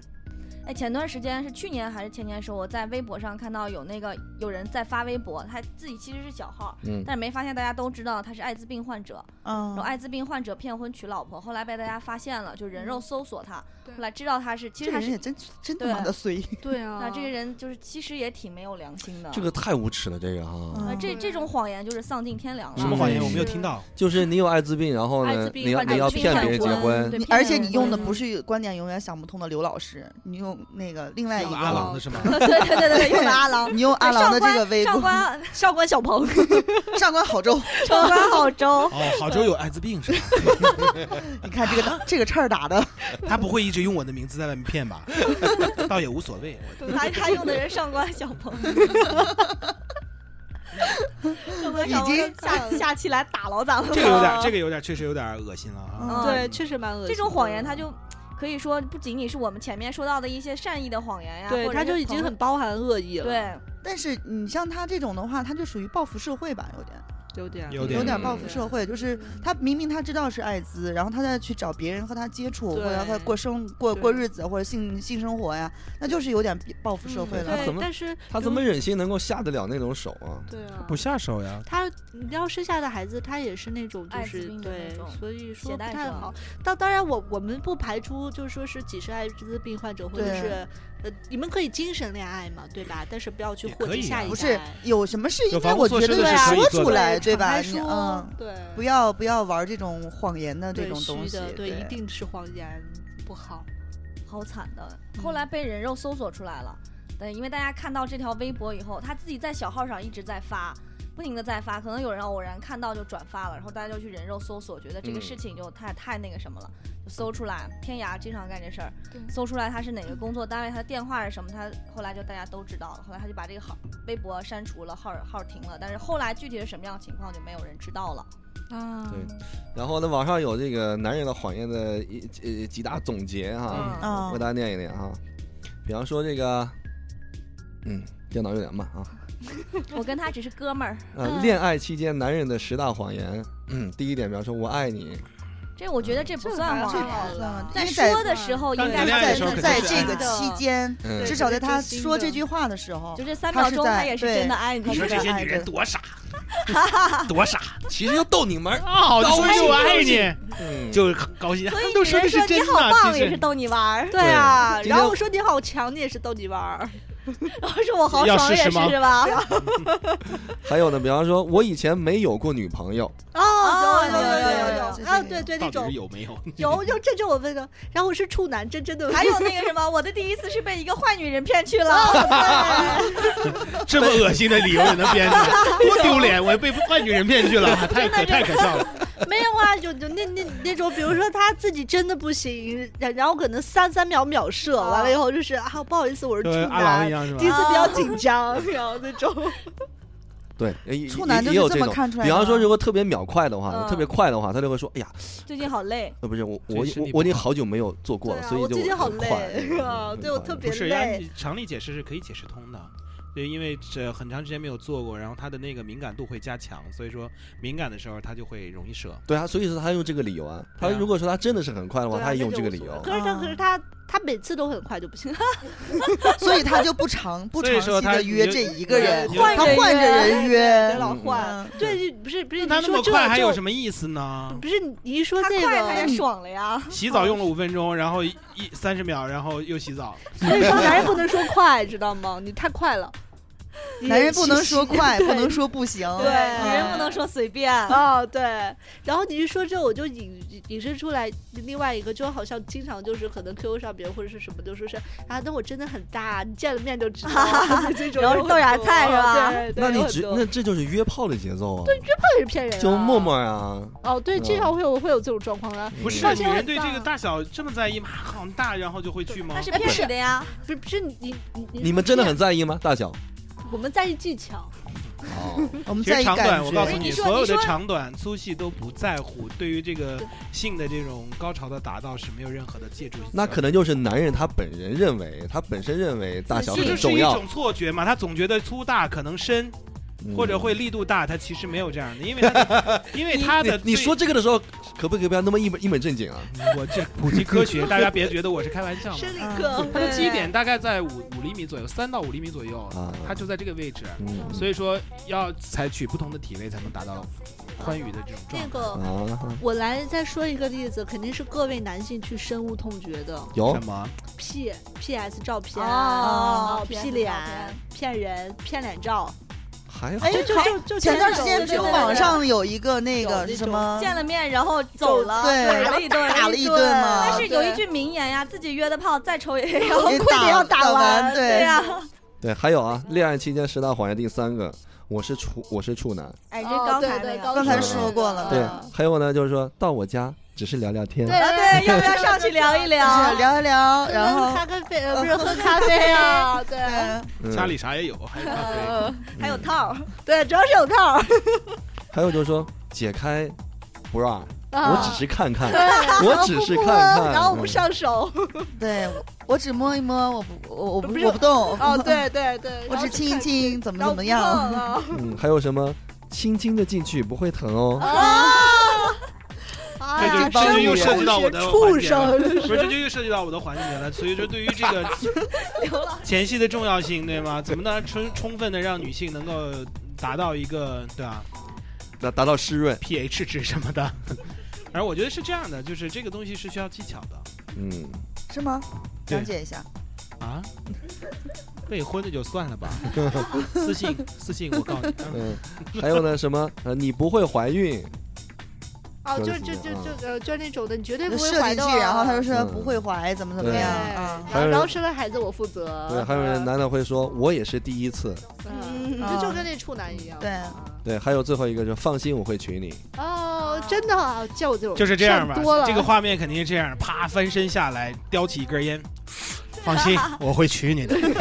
哎，前段时间是去年还是前年的时候，我在微博上看到有那个有人在发微博，他自己其实是小号，嗯，但是没发现大家都知道他是艾滋病患者，然嗯，后艾滋病患者骗婚娶老婆，后来被大家发现了，就人肉搜索他，嗯对后来知道他是这其实个他人也是真真他妈的衰。对啊 那这个人就是其实也挺没有良心的，这个太无耻了，这个哈，呃嗯这这种谎言就是丧尽天良了，什么谎言？嗯我没有听到。就是你有艾滋病，然后艾呢滋，病你要患者你要去骗看别人结婚婚对，你骗而且人你用的婚不是观点永远想不通的刘老师，你用那个另外一像阿个，郎 的是吗？ 对对对对，用的阿 郎。哎你用阿郎的这个微上博，官上官 小鹏，上官好周，上官好周，哦，杭州有艾滋病是吧？你看这啊个这个岔儿打的，他不会一直用我的名字在外面骗吧？倒也无所 谓。我 他他用的人上官小 鹏。上官小已鹏经下下期来打牢咱们。这个有哦点，这个有点，确实有点恶心了啊！嗯对，确实蛮恶心的。这种谎言，他就可以说不仅仅是我们前面说到的一些善意的谎 哎言呀，对，或者他就是已经朋很包含恶意了，，对，但是你像他这种的话，他就属于报复社会吧，有点。有点有有点嗯报复社会，就是嗯他明明他知道是艾滋，然后他再去找别人和他接触，或对者和过生过过对日子或者性性生活呀，那就是有点报复社会嗯了。他怎对，么但是他怎么忍心能够下得了那种手啊？对啊？不下手呀，他你要生下的孩子，他也是那种就艾滋是病的那对种，所以携说不带太者好。当当然我，我们不排除就是说是几十艾滋病患者，或者对是呃，你们可以精神恋爱嘛，对吧？但是不要去也祸可及以下啊一代。不是有什么事应有该防我护措觉施得的是可以说做出的来，对敞吧？开你说，嗯，对，不要不要玩这种谎言的这对种虚东西的，，对，对一定是谎言，不好。嗯好惨的。后来被人肉搜索出来了，对，因为大家看到这条微博以后，他自己在小号上一直在发。不停的在发，可能有人偶然看到就转发了，然后大家就去人肉搜索，觉得这个嗯事情就太、太那个什么了，就搜出来。天涯经常干这事儿，搜出来他是哪个工作单位，他的电话是什么，他后来就大家都知道了。后来他就把这个号微博删除了，号号停了，但是后来具体是什么样的情况就没有人知道了。啊对然后呢，网上有这个男人的谎言的一呃几大总结哈，嗯啊我给大家念一念哈。比方说这个，嗯，电脑有点慢啊。 我跟他只是 哥们儿，嗯呃，恋爱期间男人的十大谎言，嗯，第一点，比方说我爱你，嗯这我觉得这不这算还谎好言。了在因为在说的时候应该当你恋爱的时候在在肯定是这爱个的期间，嗯对，至少在这是他真说的这句话的时候就，这三秒他是钟，在他也是真的爱你对。你说这些女人多傻，多傻，其实就逗你玩儿，啊！我说一句我爱你，嗯，就高兴。所 以女都说人的是说你真好的，啊棒，其也是实逗你玩儿。对啊，对然后我说你好强，你也是逗你玩儿， 然后说我好要爽，试也试是吗是吧？还有呢，比方说我以前没有过女朋友，哦，有有有有有有有有有有啊，这对个对，那到底种哦是有没有？ 有有，这就我问的。然后我是处男，真真的还有那个什么，我的第一次是被一个坏女人骗去哦了。这么恶心的理由也能编 出来，多丢脸！我被坏女人骗去了，太可太可笑了。没有啊，有有那那那种，比如说他自己真的不行，然然后可能三三秒秒射，啊完了以后就是啊，不好意思，我是处跟阿郎男哦一，样是 第一吧？次比较紧张，然后那种对，也也处男就也有是这这么种。看出来比的吗。方说，如果特别秒快的话，嗯特别快的话，他就会说：“哎呀，最近好累，呃，不是我，这我已身体我不我已经好好久没有做过了，对啊所以我就最近好很快累嗯啊很对我快特别不是，累要你常理解释是可以解释通的。对，因为这很长时间没有做过，然后他的那个敏感度会加强，所以说敏感的时候他就会容易射。对啊，所以说他用这个理由啊，他对啊如果说他真的是很快的话，对啊他也那用就这个无理所谓由。可是他，啊可是他，他每次都很快就 不行。所以他就不长不所长以期说他的约你就这一个人，你就他换着人别约。老嗯换。嗯对，就不是不是，你他那说么这快还有就什么意思呢？不是你你一说他这快他也个，爽了呀。洗澡用了五分钟，然后一一三十秒，然后又洗澡，所以说男人不能说快，知道吗？你太快了，男人不能说快，对不能说不行。对女人不能说随便。哦，对。然后你一说这，我就引引申出来另外一个，就好像经常就是可能 QQ 上别人或者是什么，就说是啊，那我真的很大，你见了面就知道 了，就这种然后 有很豆芽多菜是吧对，对那你有很只多那这就是约炮的节奏啊，这也是骗人啊，就陌陌啊，哦，对，嗯经常会有会有这种状况啊，不是那女现在人对大这个大小这么在意吗？好大，然后就会去吗他？是哎不骗是你的呀，不是不是你你你你们真的很在意吗？大小？我们在意技巧，哦，我们其在实意长感短，我告觉诉。你说所有你的说长短、粗细都不在乎，对于这个性的这种高潮的达到是没有任何的借助。那可能就是男人他本人认为，他本身认为大小这就很是重一要种，错觉嘛，他总觉得粗大可能深，嗯或者会。力度大，他其实没有这样的，因为他 的因为他的你你最说这个的时候，可不可以不要那么一本一本正经啊？我这啊普及科 学，大家别觉得我是开玩笑嘛。理嗯课它的基点大概在五五厘米左右，三到五厘米左右啊，它就在这个位置，嗯，所以说要采取不同的体位才能达到宽裕的这种那状态。个。啊，我来再说一个例子，肯定是各位男性去深恶痛绝的有什么？ P P S 照片哦啊 PS ，P 脸照片、骗人、骗脸照，还好哎，就就就前段时有间这种网上有一个那有个那是什种么见了面然后走了，对打了一顿，打了一顿嘛，但是有一句名言呀，自己约的炮再丑也要也 快点要打打完完，对呀，对，还有啊，恋爱期间十大谎言第三个，我是处我是处男，哎，这哦刚才对对那个刚才嗯说过了，对啊，还有呢就是说到我家只是聊聊天，嗯对啊，对，要不要上去聊一就是聊？聊一 聊，然后喝咖啡呃不是喝咖啡啊，对呃对嗯家里啥也有，还有咖啡。还有套儿，对，主要是有套儿，还有就是说解开 bra，我只啊是看看，对我只是看然后不摸 然后 看，不嗯上手， 对，我我只摸一摸，我不我我不不是我不动，哦， 对对对，我只亲一亲，怎么然后怎么不碰样？了嗯，还有什么轻轻的进去不会疼哦，啊，这就真这就又恶涉及到我的心环畜节了生，这不是，这就又涉及到我的环节了。所以说，对于这个前戏的重要性，对吗？怎么能充充分的让女性能够达到一个对吧、达达到湿润， pH 值什么的？而我觉得是这样的，就是这个东西是需要技巧的嗯， 是吗？对讲解一下，啊。未婚的就算了吧，私信私信我告你，嗯嗯，还有呢什么呃你不会怀孕，哦，就说就的就是什么就呃，就那种的，你绝对就不会射怀进的去，哦。然后他就说嗯不会怀，怎么怎么对样对啊？还有然后然后人生了孩子我负责。哦对，啊还有人男的会说我也是第一次，嗯，嗯就就跟那处男一样。啊对对，还有最后一个就是放心我会娶你，哦，真的啊，见我这种就是这样吧上多。了这个画面肯定是这样，啪翻身下来，叼起一根烟，放心，我会娶你的，是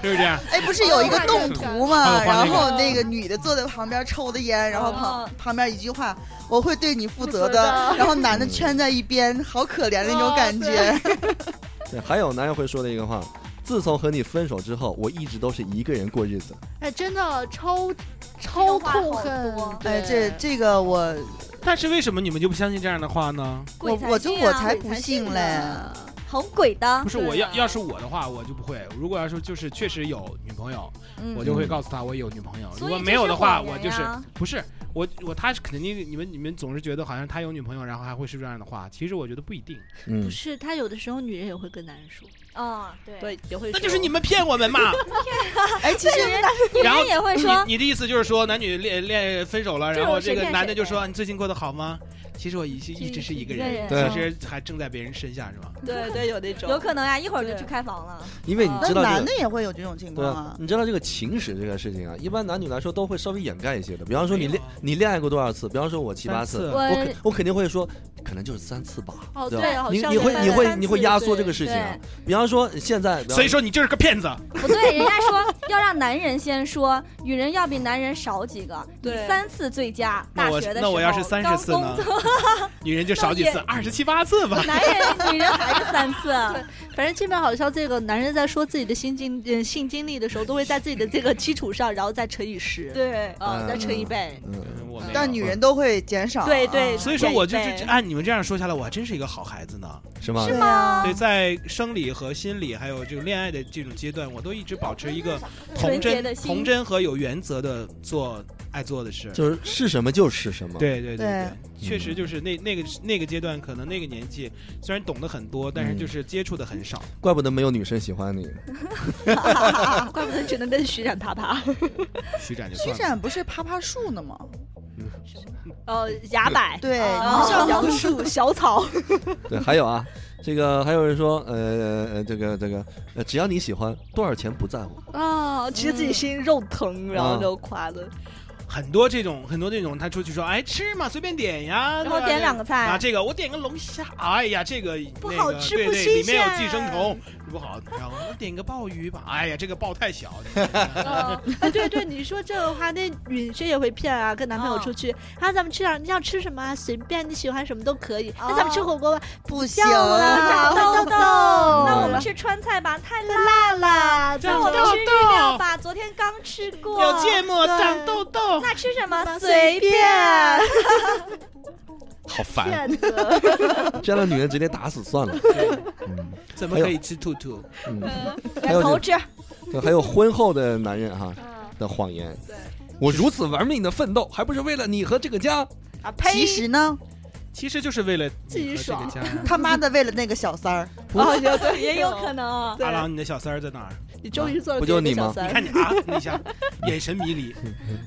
不是这样？哎，不是有一个动图哦吗？画那然个后那个女的坐在旁边抽的烟，然后旁哦旁边一句话“我会对你负责的负责”，的然后男的圈在一边，好可怜的那种哦感觉。对，还有男人会说的一个话，自从和你分手之后，我一直都是一个人过日子，哎，真的超超种话痛好恨多。哎，这对这个我但是为什么你们就不相信这样的话呢？我鬼才我就信我啊才鬼不信呢嘞。好鬼的不，是对我要啊要是我的话，我就不会。如果要是就是确实有女朋友，嗯我就会告诉他我有女朋友。如所以果这没有是的话，谎言我就是呀不是我我他是肯定你们你们总是觉得好像他有女朋友，然后还会是这样的话。其实我觉得不一定，嗯不，是，他有的时候女人也会跟男人说，啊，对，对，也会。那就是你，们骗我 们嘛。哎， 其实女人女然后人也会说你你的意思就是说男女恋恋分手了，这然后种谁这个骗男的谁就的说你最近过得好吗？其实我一直一直是一个人，对其实还正在别人身下是吧？对对，有那种有可能呀，一会儿就对去开房了。因为你那知道这男个的。也 会有这种情对况啊啊，，你知道这个情史这个事情啊，一般男女来说都会稍微掩盖一些的。比方说你没有恋你恋爱过多少次？比方说我七八三次次，我我肯我肯定会说，可能就是三次吧。哦对对吧好你像你是会三你会三你会次压缩对这个事情啊对。比方说现在，比方所以说你就是个骗子。不对，人家说要让男人先说，女人要比男人少几个，对三次最佳。大那我学的时候，那我要是三十次刚呢工作？女人就少几次，二十七八次吧。男人女人还是三次，啊反正基本好像这个男人在说自己的性经呃性经历的时候，都会在自己的这个基础上，然后再乘以十，对，啊，再乘以嗯倍。嗯，我没有但女人都会减少啊。对对所以说我就是对对按你们这样说下来，我还真是一个好孩子呢。是吗？是吗？对，在生理和心理还有这种恋爱的这种阶段，我都一直保持一个童纯洁的真、心童真和有原则的做爱做的事。就是是什么就是什么。，对对对对确实就是那那个那个阶段，可能那个年纪虽然懂得很多，但是就是接触的很少。怪不得没有女生喜欢你。 怪不得只能跟徐冉啪啪。徐展就徐算了，展不是啪啪树呢吗？呃，牙柏， 对然后杨树、 小草，对，还有啊，这个还有人说，呃呃呃，这个这个，呃，只要你喜欢，多少钱不在乎。啊，其实自己心肉嗯疼，然后就夸的。很多这种很多这种，他出去说，哎，吃嘛，随便点呀，然后对吧点两个啊，菜，这个我点个龙虾，哎呀，这个不那个好吃对不对新里面有鲜寄生虫，不好。然后我点个鲍鱼吧，哎呀，这个鲍太小，嗯啊，对对，你说这个话，那女生也会骗 啊，跟男朋友出去，啊，咱们吃点，你想吃什么啊？随便，你喜欢什么都可以。那咱们吃火锅吧，不行叫啦，啊，豆豆，那那我哦们吃川菜吧，太辣了。辣那我们豆吃日料豆吧，昨天刚吃过。有芥末对长痘痘。那吃什么？随随便。好 烦，骗子。这样的女人直接打死算了。嗯怎么可以吃兔兔？嗯，还有两头就吃。对 还有婚后的男人哈的谎言。我如此玩命的奋斗，还不是为了你和这个家？啊，其实呢，其实就是为了自己你和这爽个家。他 妈的为了那个小三儿，啊，也对，也有可。能。阿对，郎，你的小三儿在哪儿？你终于做了不这就个你小吗三你儿看你啊，那一下，眼神 迷离。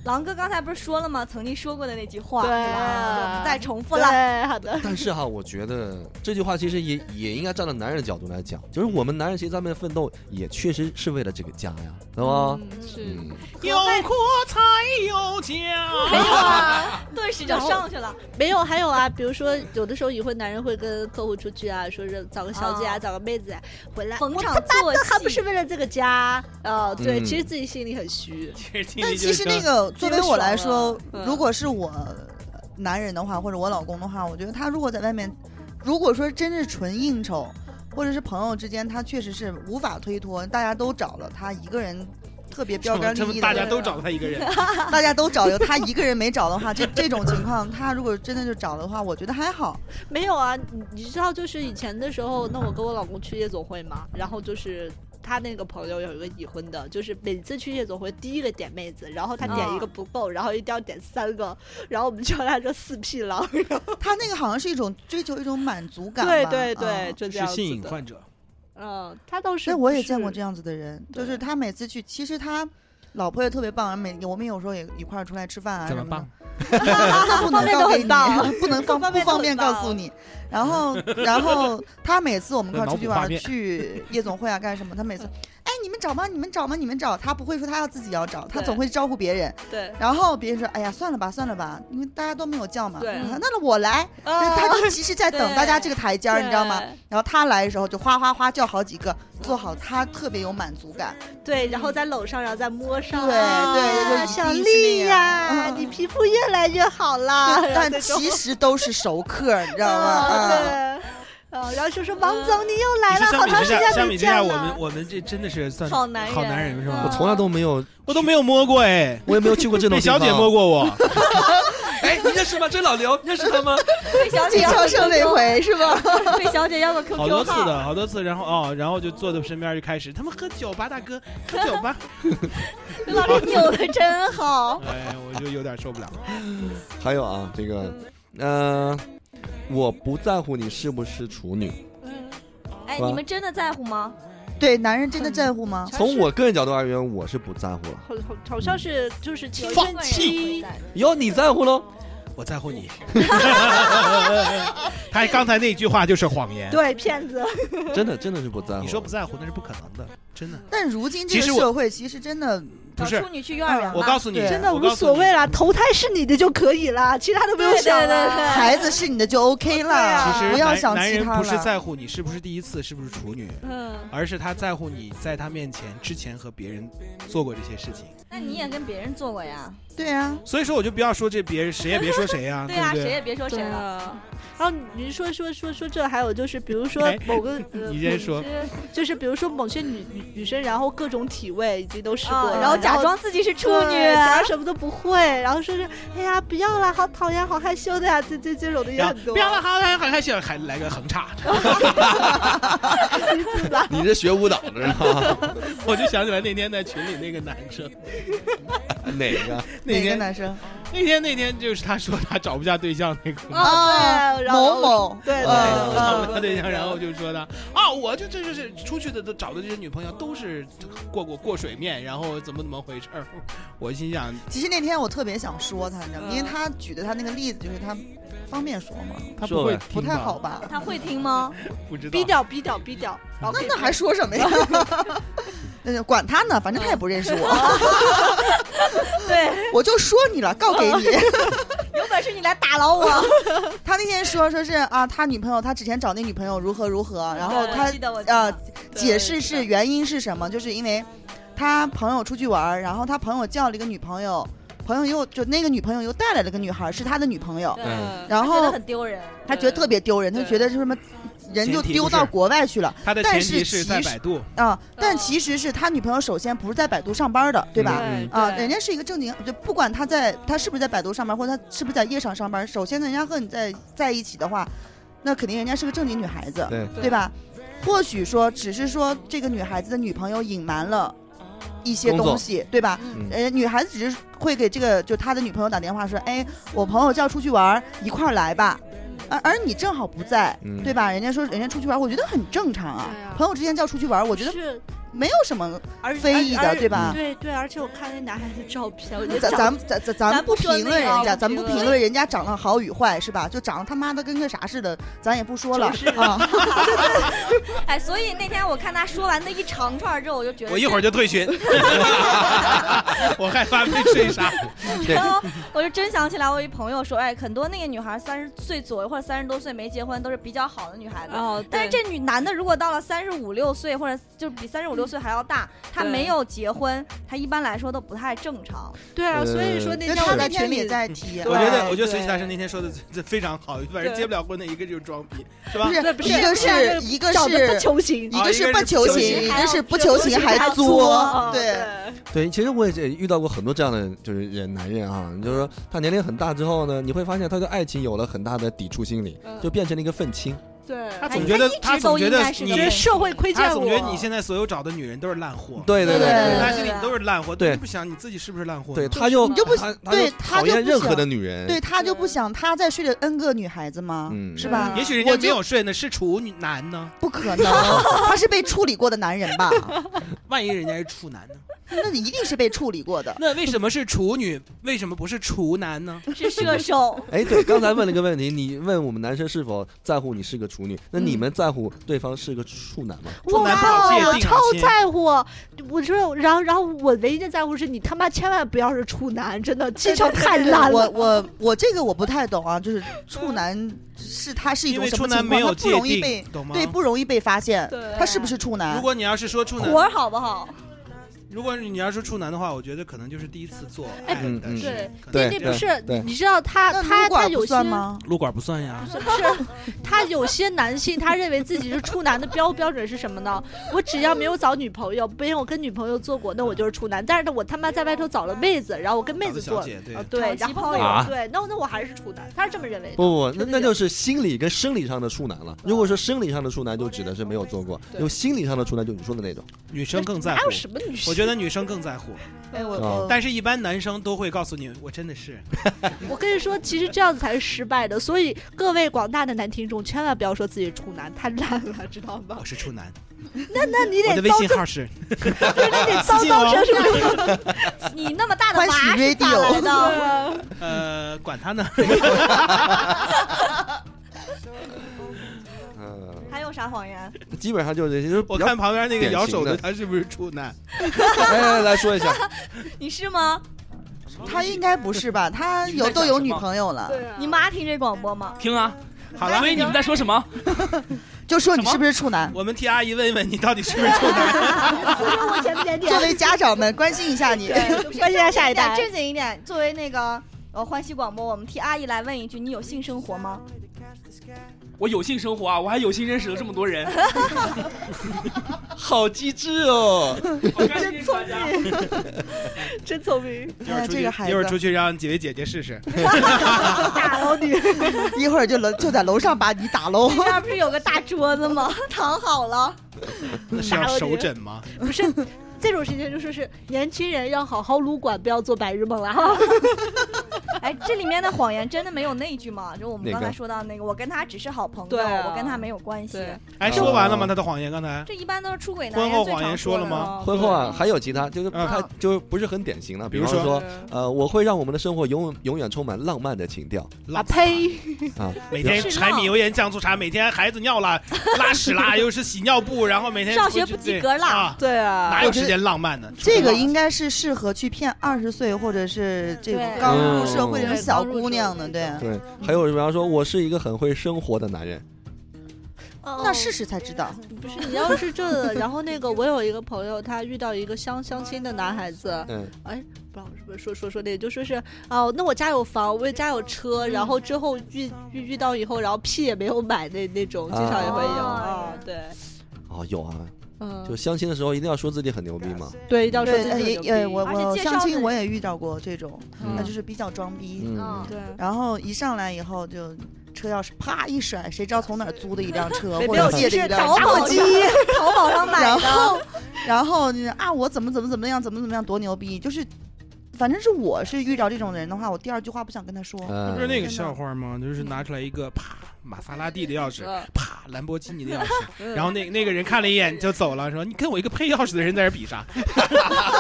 狼哥刚才不是说了吗？曾经说过的那句话，对啊就不再重复了。对，好 的。但是哈，我觉得这句话其实也也应该站到男人的角度来讲，就是我们男人其实在外面奋斗，也确实是为了这个家呀，对吧？嗯，是。嗯，有苦才有没家。有啊，顿时就上去了。没有，还有啊，比如说有的时候已婚男人会跟客户出去啊，说是找个小姐啊，哦找个妹子啊，回来逢我场他妈作的还戏不是为了这个家啊？对，嗯其实自己心里很虚。但但其实那个作为我来说爽，了嗯如果是我男人的话，或者我老公的话，我觉得他如果在外面，如果说真是纯应酬，或者是朋友之间，他确实是无法推脱，大家都找了他一个人。特别标杆他们立异的，大家都找他一个人，大家都找，有他一个人没找的话，这这种情况，他如果真的就找的话，我觉得还好。没有啊，你你知道，就是以前的时候，那我跟我老公去夜总会嘛，然后就是。他那个朋友有一个已婚的，就是每次去夜总会第一个点妹子，然后他点一啊个不够，然后一定要点三个，然后我们叫他说四屁郎，然后他那个好像是一种追求一种满足 感吧。对对对，嗯就这是样子性瘾的 患者。嗯，他倒是但不我也见是过这样子的人，对就是他每次去，其实他老婆也特别棒，啊每我们有时候也一块儿出来吃饭啊怎什么么办的，？不能告诉你，不能方各方不面都方很便棒告诉你。然 后，然后他每次我们一块儿脑出补去画玩儿，面 去夜总会啊干什么，他每次，哎，你们找吗？你们找吗？你们找。他不会说他要自己要找，他对总会招呼别人。对然后别人说，哎呀，算了吧，算了吧，因为大家都没有叫嘛。对嗯然后那我来。就他就其实在等大家这个台阶儿，你知道吗？然后他来的时候就哗哗哗叫好几个，做好他特别有满足 感。对，然后在搂上，然后再摸上，嗯对对啊就小一定是那丽呀，样嗯你皮肤越来越好啦，然后啊但那种其 实都是熟客，你知道吗？啊嗯。对，啊，然后就说王总你又来你了说，相好比长之时下，间相没比之见下，我了们。我们这真的是算好男人好男人是嗯我吧？从来都没有，我都没有摸过哎，我也没有去过这种被地方小姐摸。过我。 哎，你认识吗？这老刘认识他吗？被小姐经要常个胜那 QQ，回是 吧？被小姐要个 QQ 号。好多次的，好多次，然后哦，然后就坐在身边就开始，他们喝酒吧，大哥，喝酒吧。 老师扭的真 好。 哎，我就有点受不了。还有啊，这个，呃，我不在乎你是不是处女。哎，哇你们真的在乎吗？对，男人真的在乎吗？从我个人角度而言，我是不在乎了。嗯好好好像是就是青有一部春分人会期在乎哟，你在乎喽？我在乎你。 他刚才那句话就是谎言。对，骗子。真 的真的是不在乎。你说不在乎那是不可能的，真的但如今这其实个我社会其实真的不是找。处女去幼儿园吧。我告诉你，对 真的我无告诉所你谓啦，投胎是你的就可以啦，其他都不用对想对对了。 对，孩子是你的就 OK 啊了，其实不要男想男其人他不是了。在乎你是不是第一次，是不是处女，嗯，而是他在乎你在他面前之前和别人做过这些事情。那你也跟别人做过呀？对啊，所以说，我就不要说这别人谁也别说谁呀、对对啊，不谁对？也别说谁 对了。啊。然后你说说说说这，还有就是，比如说哎某 个，呃你先说，就是比如说某些女女女生，然后各种体位已经都试过啊了，然后假装自己是处女，啊对假装什么都不会，然后说是哎呀不要啦，好讨厌，好害羞的呀，这这这种的也然后很多。不要了，好了，好开心，还来个 横叉， 你这学舞蹈的是吧？ 我就想起来那天在群里那个男生，哪个？哪那个天男生？那天那天就是他说他找不下对象那个。啊啊，对，然后某某，对对啊对找不下对象，然后就说他啊，我就这这这出去的都找的这些女朋友都是过过过水面，然后怎么怎么回事儿？我心想，其实那天我特别想说他，你知道吗？嗯因为他举的他那个例子就是他方便说吗？他不说会呗不听太吧好，吧？哦他会听吗？ 不知道逼。掉逼掉逼掉，然后那可以那还说什么 呀？ 那就管他呢，反正他也不认识 我，对，我就说你了，告给 你。 有本事你来打扰我。 他那天说说是啊，他女朋友，他之前找那女朋友如何如何，然后嗯对他我记得我记呃得解释是原因是什么，就是因为他朋友出去玩儿，然后他朋友叫了一个女朋友，朋友又就那个女朋友又带来了个女孩儿，是他的女朋友，对，嗯然他觉得后很丢人。他觉得特别丢人，他对觉得是什么人就前提不丢到是国外去了他的但前是提是在其实百度，啊，但嗯其实是他女朋友首先不是在百度上班的，对吧？对啊，对人家是一个正经，就不管他在他是不是在百度上班，或者他是不是在夜场上班，首先人家和你在在一起的话，那肯定人家是个正经女孩子，对吧？或许说只是说这个女孩子的女朋友隐瞒了一些东西，对吧？嗯呃，女孩子只是会给这个就他的女朋友打电话说，哎，我朋友叫出去玩儿，一块儿来吧。而而你正好不在，嗯对吧？人家说人家出去玩儿，我觉得很正常啊。对啊朋友之间叫出去玩儿，我觉得是没有什么而非议而的，而对吧？对对，而且我看那男孩子照片，我觉得咱长咱咱咱咱咱不不说评论那个人家，我咱觉不得评论人家长得好与坏是吧？就长得他妈的跟个啥似的，咱也不说了啊。哎，所以那天我看他说完那一长串之后，我就觉得我一会儿就退群， 我害怕被追杀。 然后我就真想起来，我一朋友说，哎，很多那个女孩三十岁左右或者三十多岁没结婚，都是比较好的女孩子。哦，但是这女男的如果到了三十五六岁，或者就是比三十五六岁还要大，他对没有结婚，他一般来说都不太正常。对啊，所以说呃那嗯那天他我那在天群也里在提，我觉得，啊我觉对得随喜大师那天说的这非常好，反正对结不了婚的一个就是装逼，是吧？不是一个是一个长得不是啊求形，一个是不求情，一还个有是不这个求不情求情还作啊作，对，对，其实我也遇到过很多这样的就是人男人啊，就是说他年龄很大之后呢，你会发现他对爱情有了很大的抵触心理，嗯就变成了一个愤青。对，他总觉得他一直总都觉应得该是你觉得这，社会亏欠他我，总觉得你现在所有找的女人都是烂货，对对对对对他对心里对都是烂货，对他就不想你自己是不是烂货呢？对，他就你就不他对他他就讨厌不任何想的女人。对他就不想他再睡了 n 个女孩子吗？嗯是吧？也许人家我没就有睡呢，是处女男呢，不 可能， 他是被处理过的男人吧？万一人家是处男呢？那你一定是被处理过的。那为什么是处女？为什么不是处男呢？是射 手。哎，对，刚才问了一个问题，你问我们男生是否在乎你是个处女？那你们在乎对方是个处男吗？处我男不好界我哦定超啊，亲。在乎，我说，然后然后我唯一的在乎是你他妈千万不要是处男，真的技巧太烂我了。我我这个我不太懂啊，就是处男是他是一因种为什处么男情况？没有他不界容易被定，懂吗？对，不容易被发现，对他是不是处男如？果你要是说处男活，儿好不好？如果你要是处男的话，我觉得可能就是第一次做爱嗯的嗯事哎对，可能那对这样不是对，你知道他哎那撸他他管不有些算吗？撸管不算呀，不 是，他有些男性他认为自己是处男的标标准是什么呢？我只要没有找女朋友，没有跟女朋友做过，那我就是处男。但是呢，我他妈在外头找了妹子，然后我跟妹子找做了小姐对啊找对，鸡然后泡那我友对，那我那我还是处男，他是这么认为的。不不，特那别那就是心理跟生理上的处男了。如果说生理上的处男，就指的是没有做过；对有心理上的处男，就你说的那种。女生更在哪乎有。什么女生？我觉得女生更在乎，哎，我哦啊我但是一般男生都会告诉你，我真的是我跟你说，其实这样子才是失败的。所以各位广大的男听众，千万不要说自己处男，太烂了，知道吗 我？是处男，那那你我得的微叨信 号是那 得私叨信叨哦声是不是？你那么大的欢喜娃是咋来的？ 呃，管他呢， 嗯，还有啥谎言？ 基本上就是这些，就是比我较看旁边那个典型摇手的的啊他是不是处男？来来来说一下， 你是吗？他应该不是吧？他你有在都想有什女么朋友了，啊你妈听这广播吗？听啊，好了所，以你们在说什么？ 就说你什么是不是处男？我们替阿姨问一问你到底是不是处男？我前不前 作为家长们关心一下你，关心一下下一代正经一点，作为那个呃欢喜广播，我们替阿姨来问一句：你有性生活吗？我有幸生活啊，我还有幸认识了这么多人， 好机智哦！好开心大家。真聪明，一会 儿哎出这去个孩，一会儿出子去让几位姐姐试 试。打扰你。一会儿就楼就在楼上把你打 喽。这儿不是有个大桌子吗？躺好了，那是要手诊吗？不是这种事情，就说是年轻人要好好撸管，不要做白日 梦了哈。哎，这里面的谎言真的没有那一句吗？就我们哪个刚才说到那个，我跟他只是好朋友，对啊我跟他没有关系。对哎，说完了吗？哦他的谎言刚才这一般都是出轨男婚人后最常谎言说说了的哦吗？婚后啊，还有其他，就是不嗯太，就是不是很典型的，比如方说说，呃，我会让我们的生活永永远充满浪漫的情调拉啊呸！啊，每天是柴闹米油盐酱醋茶，每天孩子 尿了拉屎啦，又是洗尿布，然后每天上学回去不及对格啦啊对啊，哪有我觉时得间浪漫呢？这个应该是适合去骗二十岁或者是这种对刚入社会的那嗯种小姑娘的，对。对，还有比方说，我是一个很会生活的男人，那试试才知道，哦不是你要是这，然后那个我有一个朋友，他遇到一个相相亲的男孩子， 哎嗯，不知道是不是说说说那个，就说是哦，那我家有房，我也家有车，然后之后遇遇遇到以后，然后屁也没有买那那种，经常也会有啊啊，对，哦，有啊，嗯，就相亲的时候一定要说自己很牛逼嘛，对，一啊定要说对，自呃己也很也牛逼我而且我介绍相亲的我也遇到过这种，嗯那就是比较装逼，嗯嗯，对。然后一上来以后就车钥匙啪一甩，谁知道从哪儿租的一辆车没或有者借的其实一辆淘宝车 机，淘宝上买然的后，然后你啊，我怎么怎么怎么样，怎么怎么样，多牛逼！就是，反正是我是遇着这种人的话，我第二句话不想跟他说。不嗯是那个真的笑话吗？就是拿出来一个啪玛莎拉蒂的钥匙，嗯啪兰博基 尼的钥匙，然后那那个人看了一眼就走了，说你跟我一个配钥匙的人在这比啥？嗯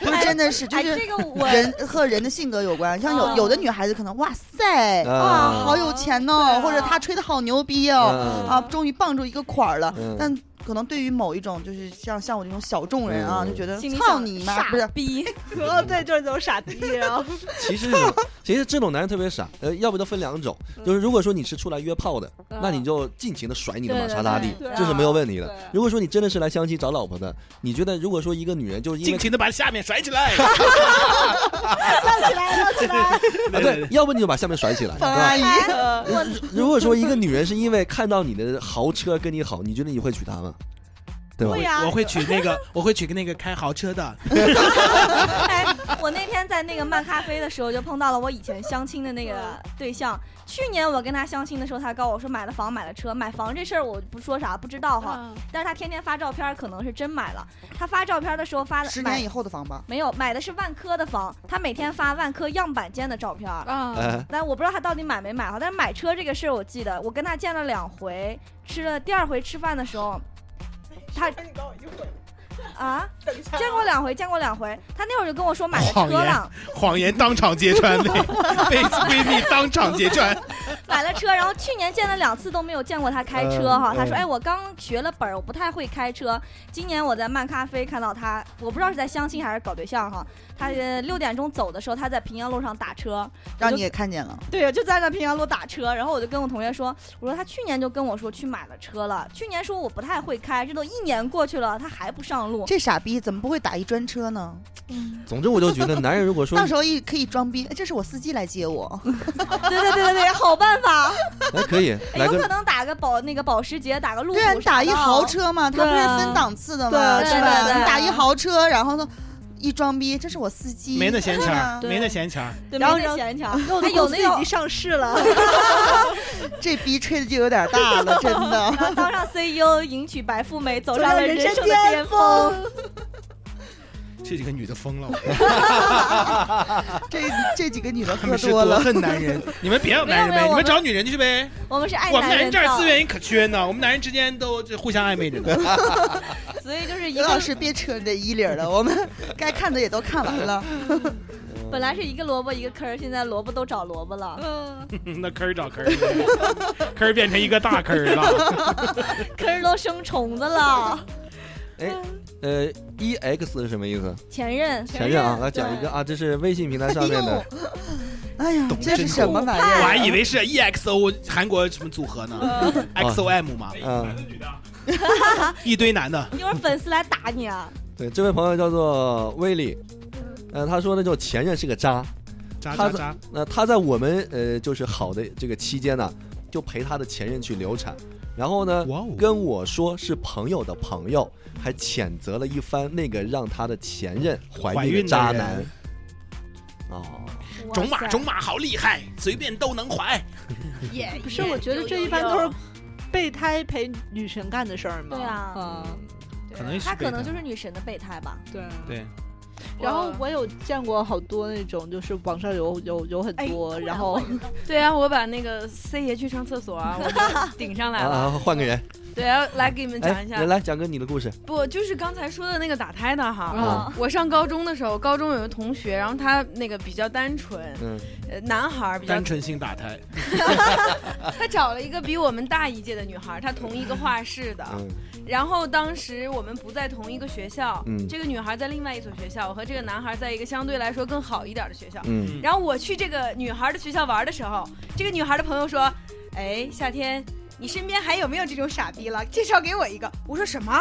不是，真的是，就哎，是这个我人和人的性格有关。像哦有有的女孩子可能，哇塞，啊哇，好有钱哦，对啊或者他吹的好牛逼哦，嗯啊，终于傍住一个款儿了嗯。但可能对于某一种就是像像我这种小众人啊，嗯就觉得心里操想你妈，傻不是逼， 哦，对，就是这种傻 逼，然后其实这种其实这种男人特别傻，呃，要不就分两种，嗯就是如果说你是出来约炮的，那你就尽情的甩你的玛莎拉蒂对对，对这是没有问题的对啊。如果说你真的是来相亲找老婆的，你觉得如果说一个女人就是因尽为情的把下面甩起来。跳起来，跳起来，啊对，要不你就把下面 甩起来。冯阿对吧哎姨，呃 如果 说一个女人是因为看到你的豪车跟你好，你觉得你会娶她吗？对吧？啊对啊呀我，会娶那个，我会娶那个开豪车的。哎，我那天在那个漫咖啡的时候就碰到了我以前相亲的那个对象。去年我跟他相亲的时候，他告我说买了房，买了车。买房这事儿我不说啥，不知道哈。但是他天天发照片，可能是真买了。他发照片的时候发了十买年以后的房吧。没有买的是万科的房，他每天发万科样板间的照片。啊，哎，但我不知道他到底买没买哈，但是买车这个事儿我记得，我跟他见了两回，吃了第二回吃饭的时候，他啊，见过两回，见过两回，他那会儿就跟我说买了谎 车言了，谎言当场 揭穿，被被闺蜜当场揭穿。买了车，然后去年见了两次都没有见过他开车嗯哈，他说哎我刚学了本儿，我不太会开车，今年我在漫咖啡看到他，我不知道是在相亲还是搞对象哈，他呃六点钟走的时候他在平阳路上打车，让你也看见了，对，就在那平阳路打车，然后我就跟我同学说，我说他去年就跟我说去买了车了，去年说我不太会开，这都一年过去了，他还不上 路。这傻逼怎么不会打一专车呢？嗯总之我就觉得男人如果说到时候一可以装逼，哎这是我司机来接我。对对对对对，好办 法，哎可以来有个可能打个保那个保时捷，打个路虎对啊，你啥打一的豪，车嘛，它不对是啊分档次的嘛，对是对对吧？对你打一豪车，然后呢，一装逼，这是我司 机，没那闲钱对儿啊，没那闲钱儿。对，然后没那闲钱儿，他他哎有那已种经上市了， 这逼吹的就有点大了，真的。 然后 E 当上 CEO，迎娶白富美，走走上上了人人 生生的巅巅峰峰。这几个女的疯了，这这几个女的他喝们是多了多，恨男 人。你们别有男人没有没有呗，你我们们找女人去呗。 我们是爱我们男男人人这儿造，资源可缺呢，我们男人之间都就互相暧昧 着呢。 所以就是一刘个老师别扯你这衣领了，我们 该看的也都看完了。本来是一个萝卜一个坑儿，现在萝卜都找萝卜了，嗯那坑儿找坑儿，坑儿变成一个大坑儿了。 坑儿都生虫子 了。呃，E X 是什么意思？前任，前任啊，来讲一个啊，这是微信平台上面的，哎呀懂，这真是什懂么玩意啊啊我儿？还以 为是 EXO 韩国什么组合哦呢，XOM 呃哎嘛，哦嗯， 一堆男的。一会儿粉丝来打你啊！ 对，这位朋友叫做威利，呃，他说呢，就前任是个渣，渣他渣在渣，那他在我们呃就是好的这个期间呢、就陪他的前任去流产，然后呢哇哦跟我说是朋友的朋友，还谴责了一番那个让他的前任怀怀孕孕的的渣人男。哦，种哇马塞种马好厉害，随便都能怀。 不是，我觉得这一般都是备胎陪女神干的事儿嘛。对啊嗯，可能是他可备能胎就是女神的备胎吧。对啊。对，然后我有见过好多那种，就是网上有有有很多，然后对啊，我把那个 C 爷去上厕所啊，我就顶上来啊，了。啊换个人，对啊，来给你们讲哎，一下来，来讲个你的故事不就是刚才说的那个打胎的哈。啊，我上高中的时候，高中有个同学，然后他那个比较单纯，嗯，呃，男孩儿比较单，纯性打胎，他找了一个比我们大一届的女孩儿，他同一个画室的，嗯然后当时我们不在同一个学校，嗯这个女孩在另外一所学校，我和这个男孩在一个相对来说更好一点的学校。嗯，然后我去这个女孩的学校玩的时候，这个女孩的朋友说：“哎，夏天，你身边还有没有这种傻逼了？介绍给我一个。”我说什么？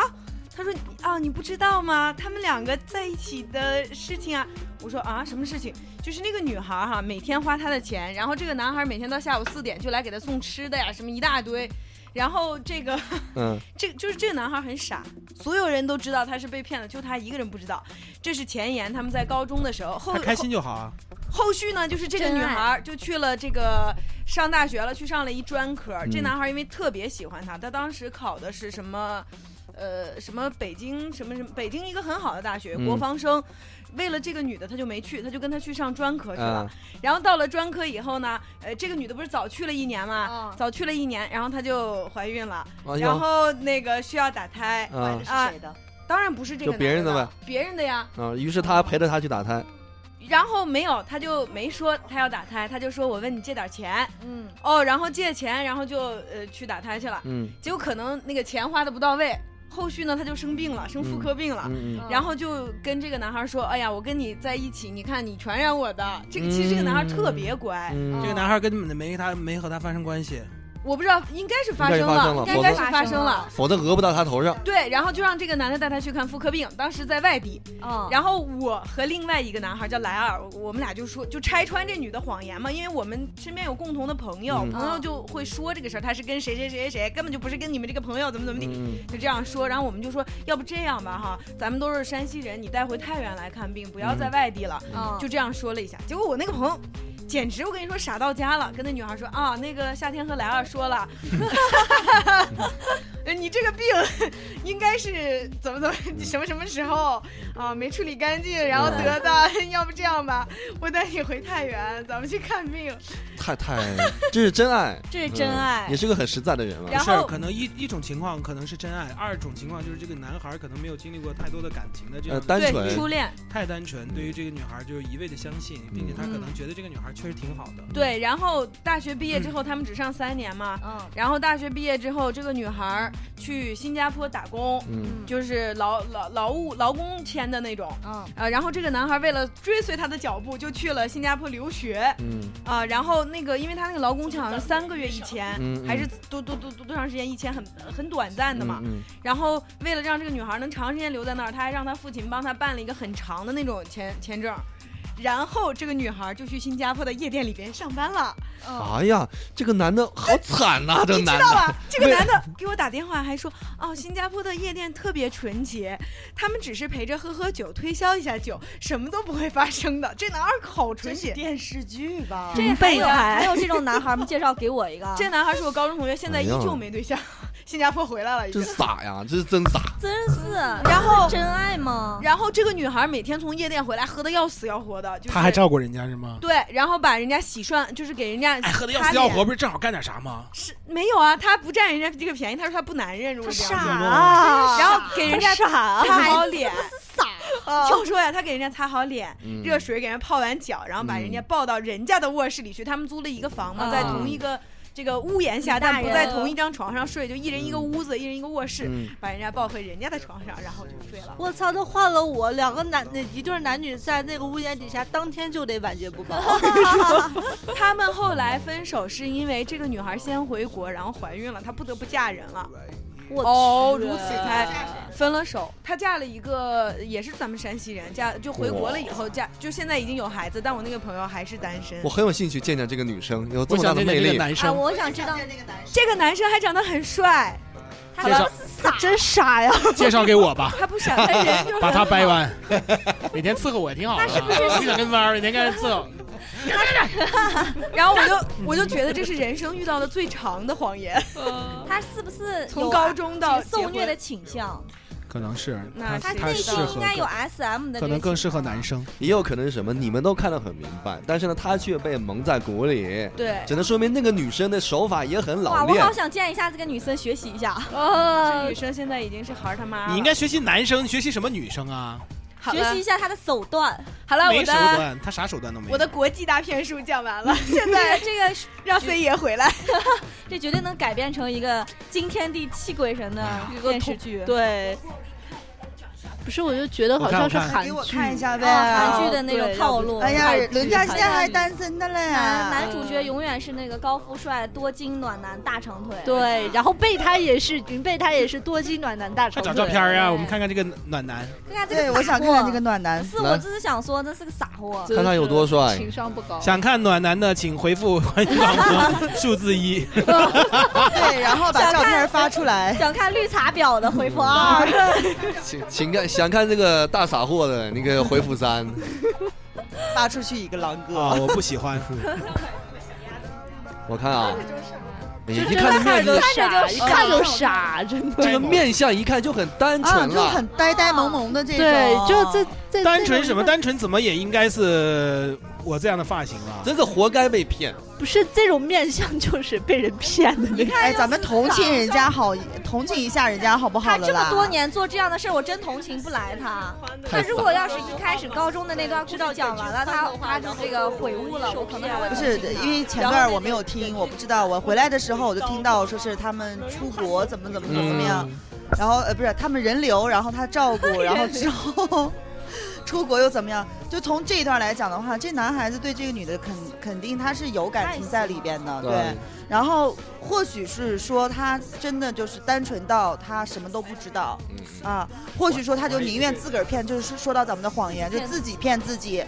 她说：“啊，你不知道吗？他们两个在一起的事情啊。”我说：“啊，什么事情？就是那个女孩哈、每天花她的钱，然后这个男孩每天到下午四点就来给她送吃的呀，什么一大堆。”然后这个嗯，这就是这个男孩很傻，所有人都知道他是被骗的，就他一个人不知道。这是前言，他们在高中的时候，后他开心就好啊。后续呢，就是这个真女爱孩儿就去了这个上大学了，去上了一专科。这嗯男孩儿因为特别喜欢她，他当时考的是什么，呃，什么北京什么什么北京一个很好的大学，嗯国防生。为了这个女的，他就没去，他就跟她去上专科去了。啊，然后到了专科以后呢，呃，这个女的不是早去了一年嘛，啊，早去了一年，然后她就怀孕了，哎然呦，后那个需要打胎。啊是谁的？当然不是这个就别男人的了，别人的呀。啊，于是他陪着他去打胎，然后没有，他就没说他要打胎，他就说我问你借点钱嗯，哦，然后借钱，然后就呃去打胎去了。嗯结果可能那个钱花的不到位，后续呢他就生病了，生妇科病了。嗯嗯，然后就跟这个男孩说：“哎呀，我跟你在一起，你看你传染我的。”这个其实这个男孩特别乖，嗯这个男孩根本没他没和他发生关系，我不知道应该是发生应了，该应是发生了该是发生了。否则讹不到他头上，对，然后就让这个男的带他去看妇科病，当时在外地。啊，然后我和另外一个男孩叫莱尔，我们俩就说就拆穿这女的谎言嘛，因为我们身边有共同的朋友，嗯朋友就会说这个事儿，他是跟谁谁谁谁谁，根本就不是跟你们这个朋友怎么怎么地，嗯就这样说。然后我们就说，要不这样吧哈，咱们都是山西人，你带回太原来看病，不嗯要在外地了。啊，就这样说了一下，结果我那个朋友。简直，我跟你说傻到家了！跟那女孩说啊，那个夏天和莱尔说了，呃你这个病应该是怎么怎么什么什么时候啊没处理干净，然后得的。 要不这样吧，我带你回太原，咱们去看病。太太，这是真爱， 这是真爱嗯也。是个很实在的人了然。是后可能一一种情况可能是真爱，二种情况就是这个男孩可能没有经历过太多的感情的这呃，样，单对，纯初恋。太单纯，对于这个女孩就是一味的相信，并且他可能觉得这个女孩确实挺好的。嗯对，然后大学毕业之后，他们只上三年嘛。嗯，然后大学毕业之后，这个女孩儿去新加坡打工，嗯就是劳劳劳务劳工签的那种。嗯，呃，然后这个男孩为了追随她的脚步，就去了新加坡留学嗯啊、然后那个，因为他那个劳工签好像三个月一签，嗯嗯还是多多多多多长时间一签，很很短暂的嘛。嗯然后为了让这个女孩能长时间留在那儿，他还让他父亲帮他办了一个很长的那种签签证。然后这个女孩就去新加坡的夜店里边上班了，哦哎呀，这个男的好惨呐、这个你知男道的，吧？这个男的给我打电话还说，哦，新加坡的夜店特别纯洁，他们只是陪着喝喝酒，推销一下酒，什么都不会发生的。这男孩好纯洁，电视剧吧这还备有胎 还有这种男孩吗？介绍给我一个，这男孩是我高中同学，现在依旧没对象，新加坡回来了，已经真傻呀，这是真 傻。真是。 然后真爱吗？然后这个女孩每天从夜店回来，喝的要死要活的，就是他还照顾人家是吗？对，然后把人家洗涮，就是给人家哎喝的要擦死要脸活，不是正好干点啥吗？ 是没有啊，他不占人家这个便宜，他说他不男人，如果这样子傻啊然后给人家傻擦啊好脸， 傻就说呀，他给人家擦好脸，嗯热水给人家泡完脚，然后把人家抱到人家的卧室里去。他们租了一个房嘛，嗯在同一个。这个屋檐下，嗯大但不人在同一张床上睡，就一人嗯一个屋子，一人一个卧室嗯，把人家抱回人家的床上，然后就睡了。我操，都换了我，两个男那一对儿男女在那个屋檐底下，当天就得晚节不保。 他们后来分手是因为这个女孩先回国，然后怀孕了，她不得不嫁人了。我哦，如此才分了手。她嫁了一个也是咱们山西人，嫁就回国了以后嫁，就现在已经有孩子，但我那个朋友还是单身我。很有兴趣见见这个女生，有这么大的我想见见魅这力。个啊男生啊我想知道这个男生还长得很帅，他介绍傻，真傻呀！介绍给我吧他不傻，他人就是 把他 掰弯，每天伺候我也挺好的。那是不是一整跟班儿，每天跟人 伺候。 然后我就我就觉得这是人生遇到的最长的谎言。 他是不是从有高中到这个受结虐婚的倾向？可能是那他他他内适心合应该有更 SM 的这个倾向，可能更适合男生。也有可能是什么？你们都看得很明白，但是呢，他却被蒙在鼓里。对只能说明那个女生的手法也很哇，老我练好。 想见一下这个女生，学习一下。呃，女生现在已经是孩儿他妈了。你应该学习男生，你学习什么女生啊？好学了习一下她的手段。好了，我没手的段，他啥手段都没有。我的国际大骗术讲完了，现在 这个 让 C 爷回来， 这绝对能改编成一个惊天地泣鬼神哎的电视剧。对，不是，我就觉得好像是韩给剧，我看一下呗，哦啊韩剧的那种套路哎呀韩，剧人家现在还韩剧单身的嘞，男男主角永远是那个高富帅、多金暖男、大长腿。对，然后备胎 也是云备胎也是多金暖男大快长腿。找照片儿啊，我们看看这个暖男。看看这个对，傻我想看看货这个暖男嗯不。是，我只是想说，这是个傻货。看他有多帅情商不高。 想看暖男的，请回复欢迎广播数字一。对，然后把想照看片发出 来。想看绿茶婊的回复啊二，情情感想看这个大傻货的那个回复三，发出去一个狼啊，哥，我不喜 欢。我看啊，你就一真看的这面看着这就个傻，一一看看就就傻，真的。这个面相一 看就很单啊，纯就了很。呆呆萌萌的这种。对，就这这单纯什么？单纯怎么也应该是我这样的发型啊了。真是活该被骗，不是这种面相， 就是被人骗的那种。哎，咱们同情人家好，同情一下人家好不好他了哎这啦？么多年做这样的事儿，我真同情不来他。他太傻如果要是一开始高中的那段故事讲完了，他他就这个悔悟了，我可能还会不是同情他因为前段儿我没有听，我不知道。我回来的时候我就听到说是他们出国怎么怎么怎么怎么样，嗯然后呃不是他们人流，然后他照顾， 然后之后出国又怎么样？就从这一段来讲的话，这男孩子对这个女的肯肯定他是有感情在里边的，对。对然后或许是说他真的就是单纯到他什么都不知道，嗯啊，或许说他就宁愿自个儿骗，就是说说到咱们的谎言，就自己骗自己，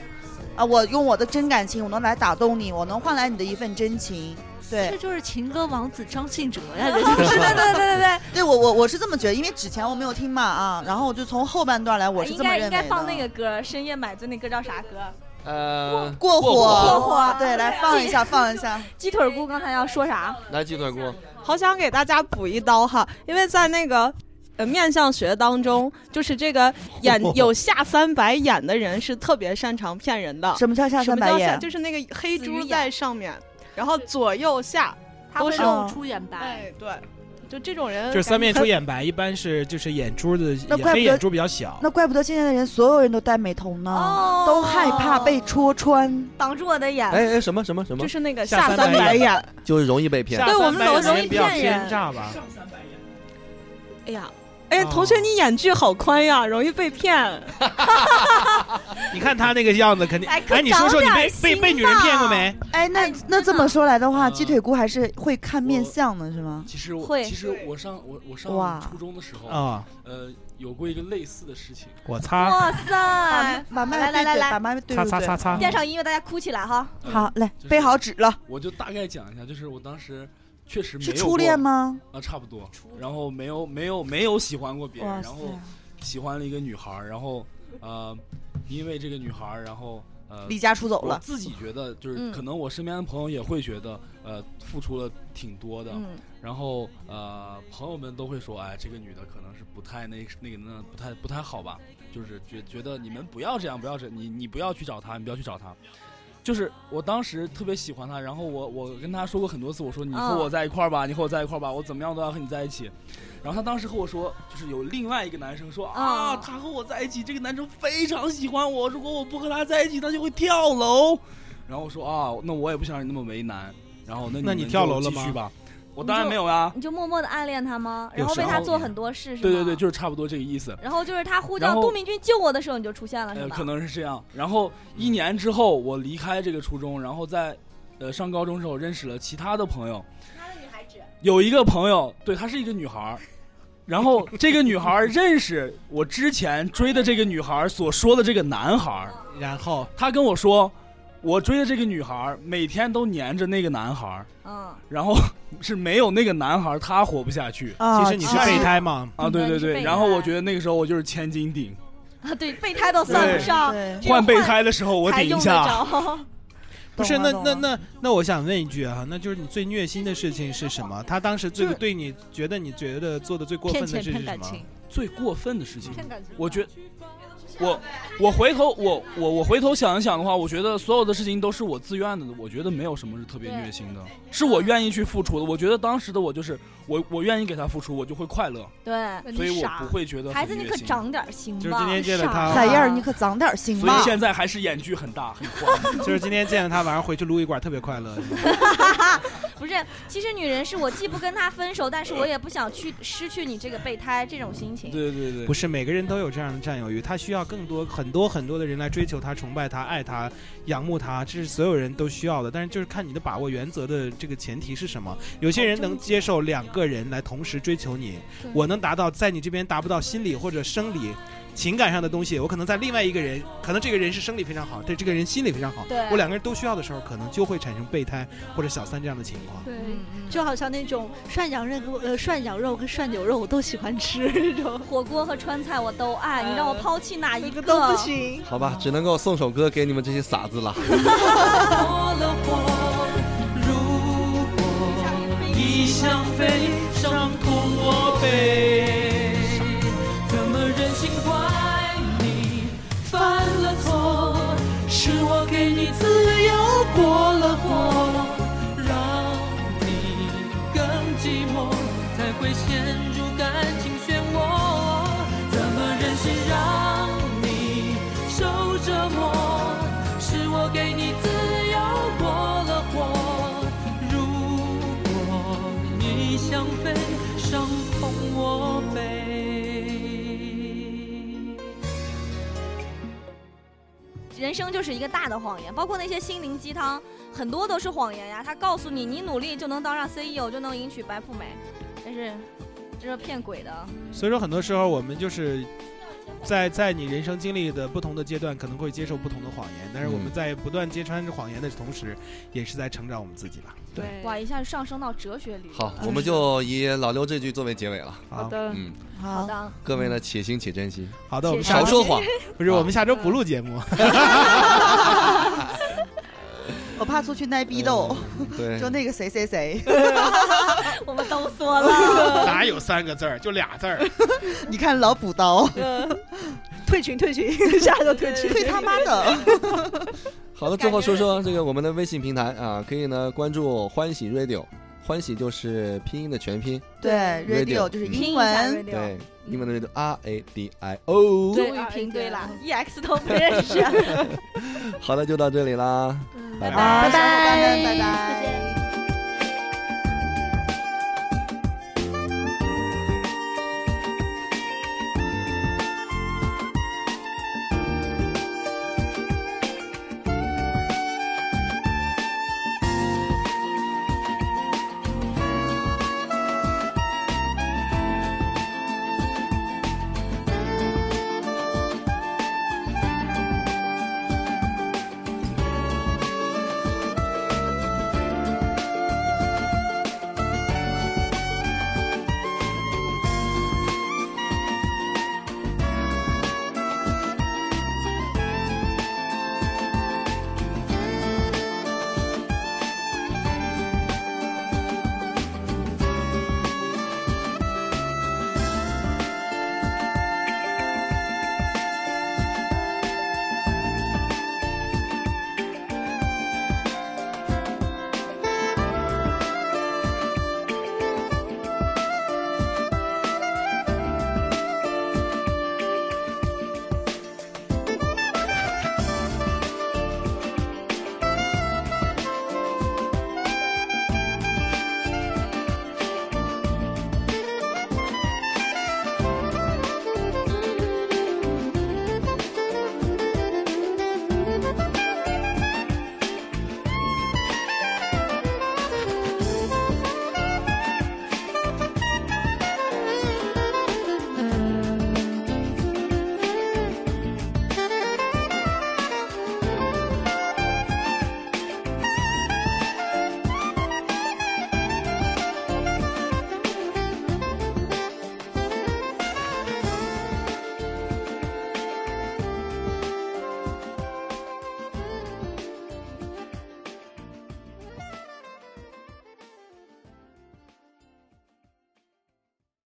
啊，我用我的真感情，我能来打动你，我能换来你的一份真情， 对这。就是情歌王子张信哲呀，人 家对对对对对，对我我我是这么觉得，因为之前我没有听嘛啊，然后我就从后半段来，我是应这么该认哎应为的。该放那个歌，《深夜买醉》那歌叫啥歌？呃，过火，火，火对，来放一下，放一下。鸡腿菇刚才要说啥？来鸡腿锅，好想给大家补一刀哈，因为在那个呃面相学当中，就是这个 演有下三白眼的人是特别擅长骗人的。什么叫下什三么白叫下？眼？就是那个黑珠在上面，然后左右下他都会是。露出眼白。哎，对，就这种呃人就是三面感出觉眼白，一般是就是眼珠子那眼怪不黑得眼珠比 较小。那怪不得现在的人所有人都戴美瞳呢，哦都害怕被戳穿。挡住我的眼。哎哎，什么什么什很么就，是那个下下三三白白眼眼。就是容易被骗下。对我三们白楼眼容人易比较骗奸人诈吧？哎呀，哎呀，哦同学你眼距好宽呀，容易被骗。你看他那个样子，肯定。哎可哎，你说说你长被点被心被女人吧骗过没？呃哎，那哎那真这的么说来的话，嗯鸡腿菇还是会看面相的，是吗？其实我会其实我上我我哇上初中的时候，啊，呃，有过一个类似的事情。我擦哇塞！把麦来来对对来把麦对擦对擦对擦擦，垫上音乐，大家哭起来哈！呃好，来就是备好纸了，我就大概讲一下，就是我当时确实没是有初过恋？吗？啊，差不多。然后没有没有没有喜欢过别人，哇然塞！后喜欢了一个女孩儿，然后呃，因为这个女孩儿，然后呃离家出走了我自己觉得就是嗯可能我身边的朋友也会觉得呃付出了挺多的，嗯然后呃朋友们都会说哎这个女的可能是不太那那个那不太不太好吧，就是觉觉得你们不要这样不要这你你不要去找她你不要去找她。就是我当时特别喜欢她，然后我我跟她说过很多次，我说你和嗯我在一块儿吧，你和我在一块儿吧，我怎么样都要和你在一起。然后她当时和我说，就是有另外一个男生说啊，嗯他和我在一起，这个男生非常喜欢我，如果我不和他在一起，他就会跳楼。然后我说啊，那我也不想让你那么为难。然后那那你你们跳就楼继了续吗吧，我你当然就没有啊。你就默默的暗恋他吗？然后有时为候他做很多事，是吗？对对对，就是差不多这个意思。然后就是他呼然叫后杜明君救我的时候，你就出现了，是呃，吧？可能是这样。然后一年之后，我离开这个初中，然后在呃上高中时候认识了其他的朋友。有一个朋友，对，她是一个女孩儿，然后这个女孩 儿认识我之前追的这个女孩儿所说的这个男孩儿，嗯然后她跟我说，我追的这个女孩儿每天都黏着那个男孩儿，嗯，然后 是没有那个男孩儿她活不下去。啊其实你是备胎嘛嘛？啊，对对哦你是备对。胎然后我觉得那个时候我就是千斤顶，啊，对，备胎都算不对上，只有换备胎的时候我才顶一用得 下。着不是，懂那了懂那了那那，我想问一句啊，那就是你最虐心的事情是什么？他当时最就是对你觉得你觉得做的最过分的事是什么？最过分的事情骗感情，我觉我我回头我我我回头想一想的话，我觉得所有的事情都是我自愿的，我觉得没有什么是特别虐心的，是我愿意去付出的。我觉得当时的我就是我我愿意给他付出，我就会快乐。对，所以我不会觉得很孩子，你虐可心长点心吧。就是今天见了他，小燕儿，你可长点心所以吧。现在还是眼距很大，很 宽。 就是今天见了他，晚上回去撸一管，特别快乐。不是，其实女人是我既不跟她分手，但是我也不想去失去你这个备胎这种心情。对对对，不是每个人都有这样的占有欲，他需要更多很多很多的人来追求他、崇拜他、爱他、仰慕他，这是所有人都需要的。但是就是看你的把握原则的这个前提是什么。有些人能接受两个人来同时追求你对，我能达到在你这边达不到心理或者生理。情感上的东西，我可能在另外一个人，可能这个人是生理非常好，但这个人心理非常好对，我两个人都需要的时候，可能就会产生备胎或者小三这样的情况。 对，嗯就好像那种涮羊肉跟呃涮羊肉跟涮牛肉我都喜欢吃这种，火锅和川菜我都爱，哎你让我抛弃哪一个都不行。好吧，只能够送首歌给你们这些傻子了。 异想飞，伤痛我背，怎么忍心怪你犯了错？是我给你自由过了火，让你更寂寞，才会陷入感情漩涡。怎么忍心让你受折磨？是我给你自由过了火。你想飞，伤痛我背。人生就是一个大的谎言，包括那些心灵鸡汤，很多都是谎言呀。他告诉你，你努力就能当上 CEO，就能迎娶白富美，但是这是骗鬼的。所以说，很多时候我们就是在在你人生经历的不同的阶段，可能会接受不同的谎言，但是我们嗯在不断揭穿谎言的同时，也是在成长我们自己吧。对，哇，一下就上升到哲学里。好，我们就以老刘这句作为结尾了。好的嗯，好的，各位呢，且行且珍惜。好的，我们少说 谎。 不是，我们下周嗯不录节目。我怕出去挨逼斗， 对就那个谁谁谁， 我们都说了。 哪有三个字儿，就俩字儿。 你看老补刀，嗯 退群退群，下周退群，退他妈的！好的，最后说说这个我们的微信平台啊，可以呢关注欢喜 radio，欢喜就是拼音的全拼，对，radio 嗯就是嗯英文，对，英文的 radio R A D I O。终于拼对了，EX 都不 认识。嗯好的，就到这里啦，拜拜拜哎拜拜，再见。